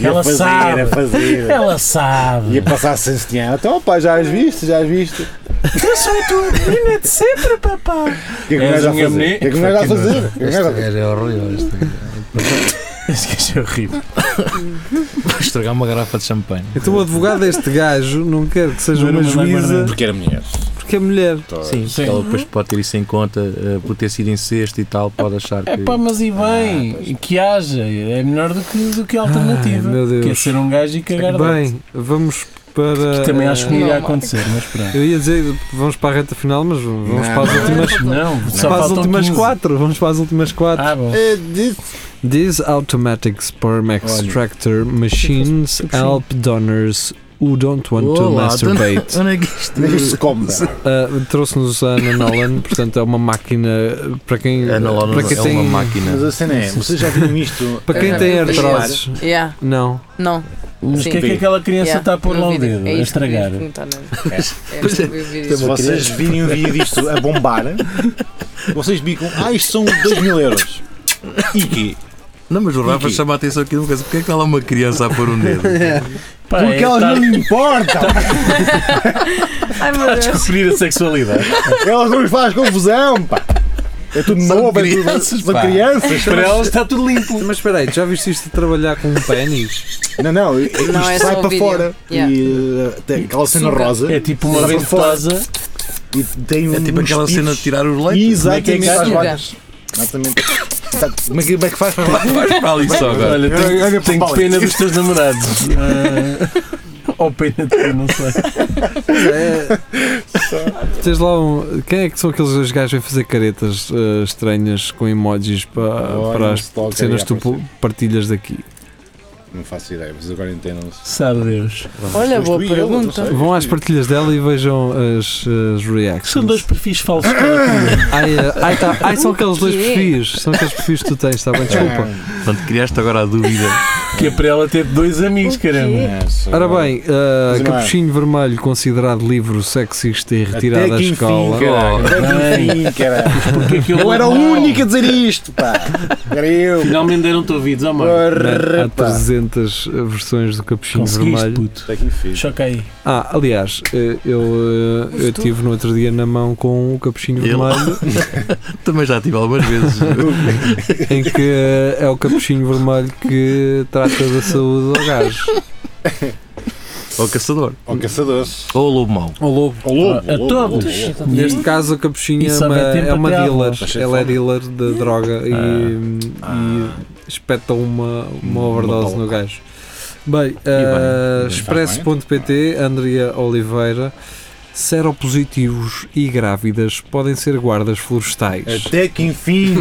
Speaker 4: E a
Speaker 2: Ela
Speaker 4: fazer,
Speaker 2: sabe.
Speaker 4: a fazer.
Speaker 2: Ela
Speaker 4: Ia
Speaker 2: sabe.
Speaker 4: passar sem sutiã. Então, pá, já as viste, já as viste.
Speaker 2: Eu sou a tua menina é de sempre, papá.
Speaker 4: O que é que o
Speaker 2: És
Speaker 4: gajo
Speaker 2: a minha
Speaker 4: vai fazer?
Speaker 2: menina.
Speaker 4: O que é que o gajo vai fazer? O que é que o gajo vai
Speaker 5: Este
Speaker 4: fazer?
Speaker 5: gajo é horrível. Este gajo.
Speaker 2: Esse gajo é horrível.
Speaker 5: Vai estragar uma garrafa de champanhe.
Speaker 3: Então o advogado deste gajo não quer que seja
Speaker 2: Não
Speaker 4: é
Speaker 2: era
Speaker 3: uma
Speaker 2: uma
Speaker 3: juíza
Speaker 2: guarda-
Speaker 4: Porque era mulher.
Speaker 3: porque é mulher.
Speaker 2: Sim, sim.
Speaker 5: Ela depois pode ter isso em conta, eh, por ter sido incesto e tal, pode achar
Speaker 2: É
Speaker 5: que.
Speaker 2: pá, mas e bem, que haja, é melhor do que, do que a alternativa.
Speaker 3: Ai, meu Deus.
Speaker 2: Que é ser um gajo e cagar
Speaker 3: Bem, vamos para.
Speaker 2: dentro. Também acho que não
Speaker 6: Não,
Speaker 2: irá
Speaker 6: Marco.
Speaker 2: acontecer, mas pronto.
Speaker 3: Eu ia dizer, vamos para a reta final, mas vamos
Speaker 4: Não.
Speaker 3: para as
Speaker 2: Não, só
Speaker 3: últimas. para Né? as
Speaker 2: faltam
Speaker 3: últimas
Speaker 2: 15.
Speaker 3: quatro, vamos para as últimas quatro.
Speaker 2: Ah, bom.
Speaker 4: É disso.
Speaker 2: Ah.
Speaker 3: These automatic sperm extractor machines
Speaker 2: assim.
Speaker 3: help donors who don't want to
Speaker 5: Olá,
Speaker 3: masturbate.
Speaker 5: Onde é que isto-
Speaker 4: Nem isto se come. pá.
Speaker 3: Uh, Trouxe-nos a Ana Nolan,
Speaker 2: [laughs]
Speaker 3: portanto é uma máquina uh, para quem,
Speaker 5: Ana Lona
Speaker 3: para quem
Speaker 5: é
Speaker 3: tem,
Speaker 5: uma máquina. É,
Speaker 4: Mas a cena é, vocês já viram isto?
Speaker 3: Para quem
Speaker 6: Eu
Speaker 3: tem
Speaker 6: já vi isso.
Speaker 3: artroses.
Speaker 6: Yeah,
Speaker 3: Não.
Speaker 6: não.
Speaker 2: Mas o que é que
Speaker 4: Sim.
Speaker 2: aquela criança
Speaker 6: yeah,
Speaker 2: está a pôr
Speaker 6: no
Speaker 2: lá o
Speaker 6: vídeo.
Speaker 2: dedo?
Speaker 6: É
Speaker 2: A
Speaker 6: isto que eu ia
Speaker 2: estragar.
Speaker 6: perguntar, não é? É
Speaker 5: Pois
Speaker 6: isto que eu ia dizer.
Speaker 4: Se vocês virem um vídeo disto a bombar, vocês bicam, ah, isto são 2 mil euros. E quê?
Speaker 5: Não, mas o Rafa
Speaker 4: Aqui.
Speaker 5: chama a atenção aqui de uma coisa. Porquê é que está lá uma criança a pôr um [laughs] dedo?
Speaker 2: Pá, é
Speaker 4: Porque elas
Speaker 2: estar- [laughs]
Speaker 4: não lhe importam.
Speaker 6: Ai meu Deus.
Speaker 2: descobrir a sexualidade.
Speaker 4: Elas não lhes fazem confusão, pá. É tudo
Speaker 5: São
Speaker 4: novo, é
Speaker 5: crianças,
Speaker 4: tudo
Speaker 5: pá.
Speaker 4: para crianças.
Speaker 2: Para elas está tudo limpo.
Speaker 3: Mas espera aí, já viste isto de trabalhar com um pênis?
Speaker 4: Não, não, isto
Speaker 6: Não, é só
Speaker 4: sai
Speaker 6: o
Speaker 4: para
Speaker 6: vídeo.
Speaker 4: fora.
Speaker 6: Yeah.
Speaker 4: E uh, tem aquela cena
Speaker 6: Suga.
Speaker 4: rosa
Speaker 2: É tipo uma
Speaker 4: Lá para fora.
Speaker 2: ventosa.
Speaker 4: e tem um.
Speaker 5: É tipo aquela
Speaker 4: uns
Speaker 5: cena de
Speaker 4: picos.
Speaker 5: tirar os leites.
Speaker 2: Como
Speaker 4: Exatamente.
Speaker 2: é
Speaker 4: faz
Speaker 6: que é?
Speaker 4: vacas. Exatamente. Sabe, Como é que- como é que faz para lá?
Speaker 5: Vais para ali só agora.
Speaker 2: Olha, tenho,
Speaker 4: Olha para
Speaker 2: tenho
Speaker 4: baixo.
Speaker 2: pena dos teus namorados. Ah, Ou pena de ti, não sei.
Speaker 3: É. Tens lá um. Quem é que são aqueles dois gajos que vêm fazer caretas uh, estranhas com emojis Ah, para,
Speaker 4: Olha,
Speaker 3: para
Speaker 4: um
Speaker 3: as
Speaker 4: stalker
Speaker 3: cenas tipo
Speaker 4: aí
Speaker 3: que tu
Speaker 4: a aparecer.
Speaker 3: partilhas daqui?
Speaker 4: Não faço ideia, mas agora entendam-se.
Speaker 2: Sabe Deus.
Speaker 6: Olha,
Speaker 4: Foste
Speaker 6: boa
Speaker 4: tu e eu, não sei.
Speaker 6: pergunta.
Speaker 3: Vão às partilhas dela e vejam as, as
Speaker 2: São dois
Speaker 3: reactions.
Speaker 2: perfis falsos. Não
Speaker 3: Ai, ah, ai, tá, ai, são aqueles dois
Speaker 6: O quê?
Speaker 3: perfis. São aqueles perfis que tu tens, está
Speaker 4: É.
Speaker 3: bem? Desculpa.
Speaker 4: Ah,
Speaker 5: Portanto, criaste agora a [laughs] dúvida.
Speaker 2: que é para ela ter dois amigos,
Speaker 6: O quê?
Speaker 2: caramba.
Speaker 3: Ora bem, uh,
Speaker 4: Mas não é.
Speaker 3: Capuchinho Vermelho, considerado livro sexista e
Speaker 4: Até
Speaker 3: retirado da
Speaker 4: que enfim,
Speaker 3: escola.
Speaker 4: caralho, até que enfim, caralho.
Speaker 2: Porque aquilo
Speaker 4: Oh, Eu era o
Speaker 2: não.
Speaker 4: único a dizer isto, pá. Era eu.
Speaker 2: Finalmente deram-te ouvidos, ó mano.
Speaker 4: Porra,
Speaker 3: Há
Speaker 4: pá.
Speaker 3: 300 versões do Capuchinho
Speaker 2: Conseguiste,
Speaker 3: Vermelho.
Speaker 2: puto.
Speaker 4: Até que enfim.
Speaker 2: Choca aí.
Speaker 3: Ah, aliás, eh, eu, eh, eu
Speaker 6: tu?
Speaker 3: tive no outro dia na mão com o capuchinho
Speaker 5: Ele.
Speaker 3: vermelho,
Speaker 5: Também já tive algumas vezes.
Speaker 3: em que eh, é o capuchinho vermelho que trata da saúde ao gajo.
Speaker 5: Ou caçador.
Speaker 4: Ou um caçador.
Speaker 5: Ou lobo mau.
Speaker 3: Ao lobo.
Speaker 4: Ou lobo.
Speaker 2: A
Speaker 4: ou lobo,
Speaker 2: todos.
Speaker 4: ou lobo.
Speaker 3: Neste
Speaker 2: E-
Speaker 3: caso, a capuchinha é
Speaker 2: Isso
Speaker 3: uma,
Speaker 2: há bem tempo
Speaker 3: é uma
Speaker 2: até há
Speaker 3: dealer.
Speaker 2: lobo.
Speaker 3: Ela é dealer de droga e,
Speaker 2: Ah,
Speaker 3: e espeta uma, uma overdose
Speaker 4: bala.
Speaker 3: no gajo. Bem, eh,
Speaker 4: bem,
Speaker 3: expresso.pt, Andrea Oliveira. Seropositivos e grávidas podem ser guardas florestais.
Speaker 4: Até que enfim.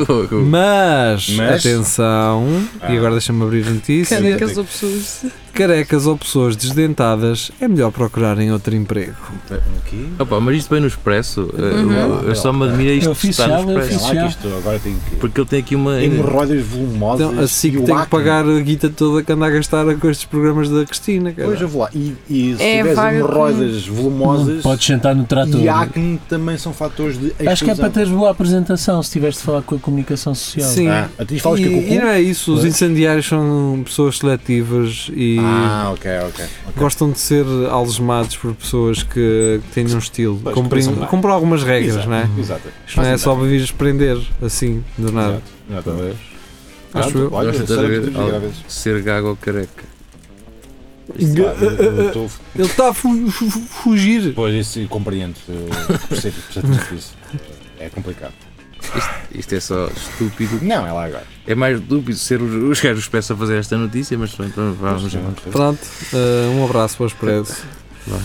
Speaker 3: Mas,
Speaker 4: É tipo- Mas-
Speaker 3: atenção, e
Speaker 4: Ah.
Speaker 3: agão deixa-me abrir a notícia.
Speaker 6: Cara, que eu sou pessoas.
Speaker 3: carecas ou pessoas desdentadas, é melhor procurarem outro emprego.
Speaker 5: [laughs] Opa, mas isto bem no expresso. eh,
Speaker 6: Uhum.
Speaker 5: eu- Eu só me admira isto
Speaker 2: Eu
Speaker 5: de
Speaker 2: fiz
Speaker 5: estar
Speaker 2: chave,
Speaker 5: no
Speaker 2: eu
Speaker 4: Sei
Speaker 5: expresso.
Speaker 4: lá que isto agora tem que.
Speaker 5: Porque ele tem aqui uma.
Speaker 4: Hemorroidas volumosas.
Speaker 3: Então, assim que
Speaker 4: e o
Speaker 3: tem que
Speaker 4: acne.
Speaker 3: pagar a guita toda que anda a gastar com estes programas da Cristina, cara.
Speaker 4: Pois eu vou lá. E, e se
Speaker 6: É,
Speaker 4: tiveres
Speaker 6: vaga com-
Speaker 4: hemorroidas volumosas
Speaker 2: Podes sentar no trator.
Speaker 4: e acne também são fatores de exclusão.
Speaker 2: Acho que é para teres boa apresentação se tiveres de falar com a comunicação social.
Speaker 3: Sim.
Speaker 4: Ah, a ti falas
Speaker 3: e,
Speaker 4: que é com o
Speaker 3: e não
Speaker 4: cu?
Speaker 3: é isso, os
Speaker 4: Pois.
Speaker 3: incendiários são pessoas seletivas e
Speaker 4: Ah, ok, ok.
Speaker 3: gostam de ser algemados por pessoas que, que têm um estilo.
Speaker 4: Pois,
Speaker 3: Cumprem,
Speaker 4: pensam bem.
Speaker 3: cumprem algumas regras,
Speaker 4: Exato,
Speaker 3: não é?
Speaker 4: Exato.
Speaker 3: Isto não é só para vires prender assim, do nada.
Speaker 4: Exato. Exato.
Speaker 3: Acho
Speaker 4: Pronto,
Speaker 3: eu.
Speaker 4: Olha,
Speaker 5: Gosto de
Speaker 4: cérebros
Speaker 5: ver-
Speaker 4: dos graves.
Speaker 5: Ser gago ou careca.
Speaker 4: Isto, pá, eu- eu estou-
Speaker 3: Ele está a fu- fu- fu- fugir.
Speaker 4: Pois, isso compreendo. eu Percebo, percebo isso. É complicado.
Speaker 5: Isto é só estúpido.
Speaker 4: Não, é lá agora.
Speaker 5: É mais estúpido ser os, os gajos peçam a fazer esta notícia, mas então vamos. vamos.
Speaker 3: Pronto, eh, um abraço para o Expresso.
Speaker 5: Vá.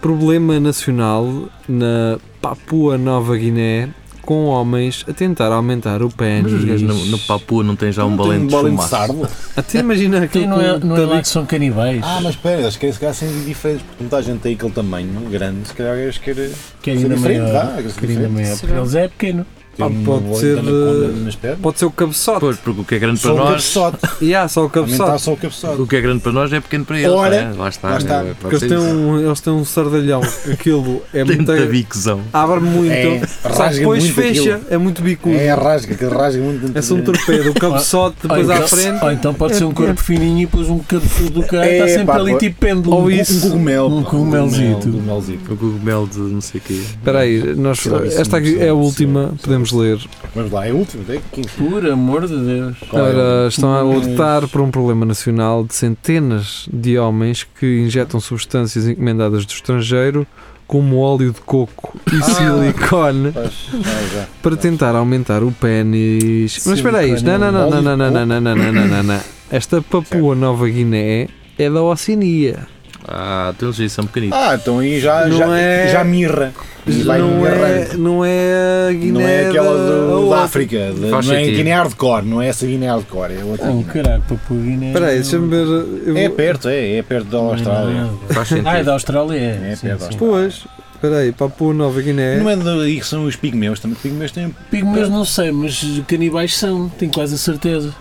Speaker 3: Problema nacional na Papua Nova Guiné com homens a tentar aumentar o pênis.
Speaker 5: Mas os gajos na, na Papua não têm já um balão
Speaker 4: Tem
Speaker 5: de
Speaker 4: balão de
Speaker 5: chumaço.
Speaker 4: sardo.
Speaker 3: Até imagina aquilo
Speaker 2: Então não é,
Speaker 3: com
Speaker 2: não é lá
Speaker 3: tabiques.
Speaker 2: que são canibais.
Speaker 4: Ah, mas espera, acho que esse gajo são diferentes, assim, porque muita gente tem aquele tamanho grande, se calhar eles querem
Speaker 2: que é
Speaker 4: ser
Speaker 2: ainda
Speaker 4: diferente,
Speaker 2: maior.
Speaker 4: vá, ser
Speaker 2: Que ainda
Speaker 4: diferente.
Speaker 2: maior.
Speaker 6: Será?
Speaker 2: Porque eles é pequeno.
Speaker 4: Tem
Speaker 3: Ah,
Speaker 4: um
Speaker 3: pode
Speaker 4: olho
Speaker 3: ser,
Speaker 4: da anaconda
Speaker 3: eh,
Speaker 4: nas pernas.
Speaker 3: Pode ser o cabeçote.
Speaker 5: Pois, porque o que é grande
Speaker 4: Só
Speaker 5: para
Speaker 4: o
Speaker 5: nós.
Speaker 4: cabeçote,
Speaker 3: E há só o
Speaker 4: aumentar
Speaker 3: cabeçote.
Speaker 4: só o cabeçote.
Speaker 5: O que é grande para nós é pequeno para eles.
Speaker 4: Ora,
Speaker 5: não é? lá está.
Speaker 4: lá está.
Speaker 5: é, pode
Speaker 3: Porque eles
Speaker 5: ser
Speaker 3: têm,
Speaker 5: isso. [laughs]
Speaker 3: um, eles têm um sardalhão. Aquilo é
Speaker 5: Tem
Speaker 3: muito.
Speaker 5: muita biquezão.
Speaker 3: Abre muito.
Speaker 4: É,
Speaker 3: só que
Speaker 4: rasga
Speaker 3: depois
Speaker 4: muito
Speaker 3: fecha.
Speaker 4: aquilo.
Speaker 3: É muito bicudo.
Speaker 4: É,
Speaker 3: É,
Speaker 4: rasga, que rasga muito dentro
Speaker 3: só um
Speaker 4: dentro.
Speaker 3: torpedo. O cabeçote depois
Speaker 2: ou,
Speaker 3: à
Speaker 2: então,
Speaker 3: frente.
Speaker 2: ou então pode
Speaker 3: É
Speaker 2: ser um corpo fininho e depois um cabeçudo do cara está
Speaker 4: É,
Speaker 2: sempre
Speaker 4: pá,
Speaker 2: ali
Speaker 4: pô.
Speaker 2: tipo pêndulo.
Speaker 3: Ou
Speaker 4: Um
Speaker 3: isso.
Speaker 4: cogumelo.
Speaker 2: Um
Speaker 4: pá,
Speaker 2: cogumelzito.
Speaker 4: Um cogumelzito.
Speaker 5: O cogumelo de não sei o quê.
Speaker 3: Espera aí, nós,
Speaker 4: Sim, sim,
Speaker 3: esta aqui
Speaker 4: sim,
Speaker 3: é a
Speaker 4: sim,
Speaker 3: última,
Speaker 4: sim.
Speaker 3: podemos ler.
Speaker 4: Vamos lá, é o último, tem 15.
Speaker 2: Por amor de Deus.
Speaker 4: Qual é?
Speaker 3: Ora, estão a
Speaker 2: Mas-
Speaker 3: lutar por um problema nacional de centenas de homens que injetam substâncias encomendadas do estrangeiro, como óleo de coco e
Speaker 4: Ah.
Speaker 3: silicone,
Speaker 4: Pois, já, já.
Speaker 3: para tentar aumentar o pênis. Mas espera aí, não,
Speaker 2: Silicone,
Speaker 3: não, não,
Speaker 4: óleo
Speaker 3: não,
Speaker 4: de
Speaker 3: não, não, não, não, não, não, não, não, não. Esta Papua Nova Guiné é da Oceania.
Speaker 5: Ah, então eles aí são pequenitos.
Speaker 4: Ah, então aí já,
Speaker 3: Não
Speaker 4: já,
Speaker 3: é-
Speaker 4: já mirra. E vai
Speaker 3: Não é,
Speaker 4: mirrando.
Speaker 3: não é a Guiné
Speaker 4: Não é aquela do,
Speaker 3: da
Speaker 4: da África, de-
Speaker 5: Faz
Speaker 4: não é
Speaker 5: sentido.
Speaker 4: Guiné Hardcore, não é essa Guiné Hardcore, é
Speaker 3: Ah,
Speaker 4: outra.
Speaker 2: Oh,
Speaker 4: Guiné.
Speaker 2: caralho, né? papuguinha.
Speaker 3: Espera aí, deixa-me ver. eu
Speaker 4: É
Speaker 3: vou-
Speaker 4: perto, é, é perto da Austrália.
Speaker 5: Faz sentido.
Speaker 2: Ah, é da Austrália? É,
Speaker 4: É,
Speaker 2: sim,
Speaker 4: é da
Speaker 2: sim.
Speaker 3: Pois, espera aí, Papua Nova Guiné.
Speaker 4: Não é daí que são os pigmeus, também os pigmeus têm.
Speaker 2: Pigmeus não sei, mas canibais são, tenho quase a certeza.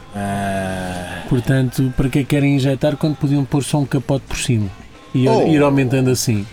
Speaker 4: Ah,
Speaker 2: Portanto, para que é que querem injetar quando podiam pôr só um capote por cima? E ir-
Speaker 4: Oh.
Speaker 2: ir aumentando assim,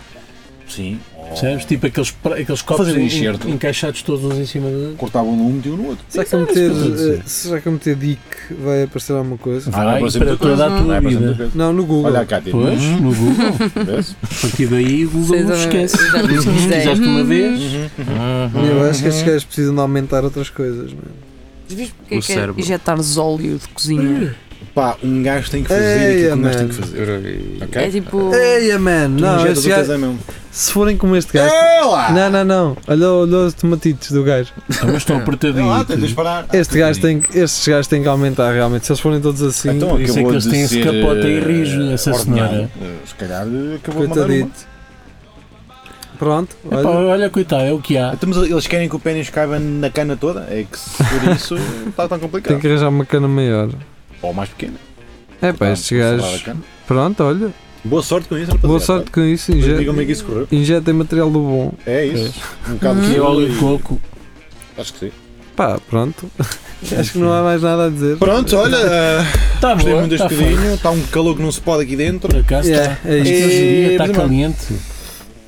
Speaker 4: sim. Oh,
Speaker 2: percebes? Tipo aqueles, pra- aqueles copos
Speaker 4: Fazer um
Speaker 2: en-
Speaker 4: enxerto.
Speaker 2: encaixados todos uns em cima do outro. é
Speaker 4: Cortavam num e um no outro.
Speaker 3: Será que, eu meter, eh, será que eu meter Dick vai aparecer alguma coisa?
Speaker 4: Ah, não é
Speaker 2: Vai
Speaker 4: para
Speaker 2: para
Speaker 4: sempre
Speaker 2: toda a
Speaker 4: Não
Speaker 2: tua
Speaker 4: é para sempre
Speaker 2: vida.
Speaker 4: coisa.
Speaker 3: Não, no Google.
Speaker 4: Olha a Cátia.
Speaker 2: Pois, no Google.
Speaker 4: Vês?
Speaker 2: A partir daí, o Google
Speaker 6: Vocês
Speaker 2: não
Speaker 6: também-
Speaker 2: esquece. Uhum.
Speaker 6: já pesquisei.
Speaker 2: Fizeste uma vez.
Speaker 5: Uhum.
Speaker 3: Eu acho que estes gajos precisam de aumentar outras coisas. Não é?
Speaker 6: Viste porque
Speaker 5: O
Speaker 6: é que é
Speaker 5: cérebro.
Speaker 6: injetares óleo de cozinha?
Speaker 4: Pá, um gajo tem que fazer
Speaker 3: Ei,
Speaker 4: aquilo que nós
Speaker 3: man.
Speaker 4: temos que Um fazer. Ok?
Speaker 6: É tipo.
Speaker 3: Eia, man!
Speaker 4: Tu
Speaker 3: Não,
Speaker 4: injetas
Speaker 3: esse
Speaker 4: o
Speaker 3: gajo-
Speaker 4: tesão mesmo.
Speaker 3: se forem como este gajo.
Speaker 4: É lá!
Speaker 3: Não, não, não. Olha, olha os tomatitos do gajo.
Speaker 2: Então, mas estão
Speaker 4: É lá,
Speaker 2: apertadinhos.
Speaker 4: tens de parar.
Speaker 3: Este gajo tem, que- estes gajos têm que aumentar realmente. Se eles forem todos assim,
Speaker 4: Então
Speaker 2: por isso é que
Speaker 4: acabou
Speaker 2: eles
Speaker 4: de
Speaker 2: têm esse
Speaker 4: ser,
Speaker 2: capote aí
Speaker 4: eh,
Speaker 2: rijo, essa
Speaker 4: ordenhado.
Speaker 2: senhora.
Speaker 4: Eh, Se calhar eh, acabou de mandar uma.
Speaker 3: coitadito. Pronto,
Speaker 2: Epá,
Speaker 3: olha.
Speaker 2: olha, coitado, é o que há.
Speaker 4: Então, mas eles querem que o pênis caiba na cana toda? É que se
Speaker 2: [laughs]
Speaker 4: por isso está
Speaker 3: Tem
Speaker 4: tão complicado.
Speaker 3: que arranjar uma cana maior.
Speaker 4: Ou mais pequena.
Speaker 3: É pá, estes gajos. Pronto, olha.
Speaker 4: Boa sorte com isso,
Speaker 3: Boa sorte com isso.
Speaker 4: Depois
Speaker 3: inje-
Speaker 4: Digam-me tá. que isso correu.
Speaker 3: Injetem material do bom.
Speaker 4: É isso. Um bocado
Speaker 2: E
Speaker 4: de
Speaker 2: Hum. é óleo de
Speaker 4: gelo
Speaker 2: coco.
Speaker 4: e- Acho que sim.
Speaker 3: Pá, pronto. [laughs] Acho que não há mais nada a dizer.
Speaker 4: Pronto, olha, eh,
Speaker 2: Está
Speaker 4: gostei
Speaker 2: bom,
Speaker 4: muito
Speaker 2: está
Speaker 4: deste
Speaker 2: Tá feito.
Speaker 4: pedinho. Está um calor que não se pode aqui dentro.
Speaker 2: Por acaso
Speaker 3: Yeah,
Speaker 2: está.
Speaker 3: é
Speaker 2: Acho
Speaker 3: isso.
Speaker 2: que hoje em dia está
Speaker 4: E-
Speaker 2: caliente.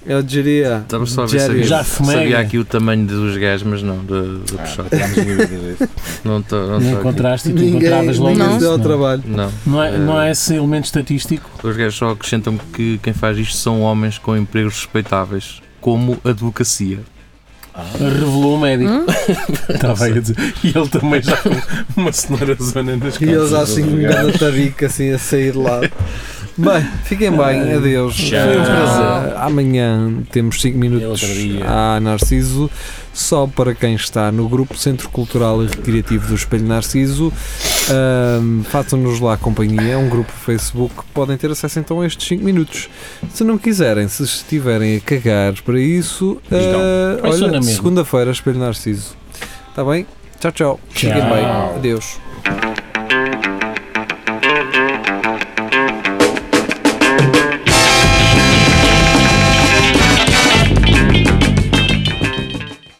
Speaker 3: Eu diria.
Speaker 5: Estava só a ver se
Speaker 3: Jerry.
Speaker 5: havia-
Speaker 2: Já
Speaker 5: se
Speaker 2: fumei.
Speaker 5: havia aqui o tamanho dos gajos, mas não, do, do
Speaker 4: Ah,
Speaker 5: pessoal.
Speaker 4: ficámos livres disso.
Speaker 5: Não estou. Não,
Speaker 2: Não
Speaker 5: estou aqui.
Speaker 2: encontraste né? e tu
Speaker 3: Ninguém,
Speaker 2: encontravas logo
Speaker 3: ninguém
Speaker 6: isso,
Speaker 3: se deu ao
Speaker 2: isso. Não. é?
Speaker 3: trabalho.
Speaker 5: não.
Speaker 2: Não é,
Speaker 5: Eh,
Speaker 2: não é esse elemento estatístico?
Speaker 5: Os gajos só acrescentam que quem faz isto são homens com empregos respeitáveis, como advocacia.
Speaker 2: Revelou o médico.
Speaker 3: Hum?
Speaker 2: [laughs] Estava aí a dizer. E ele também já com uma cenoura zona nas
Speaker 3: E eles
Speaker 2: costas.
Speaker 3: assim, um grande tabique assim a sair de lado. Bem, fiquem bem, adeus.
Speaker 4: Foi um
Speaker 2: prazer.
Speaker 3: Ah, amanhã temos 5
Speaker 2: É
Speaker 3: minutos
Speaker 2: outro dia.
Speaker 3: a Narciso, só para quem está no grupo Centro Cultural e Recreativo do Espelho Narciso. Ahm, Façam-nos lá companhia, é um grupo Facebook, podem ter acesso então a estes 5 minutos. Se não quiserem, se estiverem a cagar para isso,
Speaker 4: Estão.
Speaker 3: ah,
Speaker 2: Vai só na
Speaker 3: olha,
Speaker 2: mesma.
Speaker 3: segunda-feira, Espelho Narciso. Está bem? Tá Tchau, tchau. Fiquem bem.
Speaker 2: Tchau.
Speaker 3: Adeus.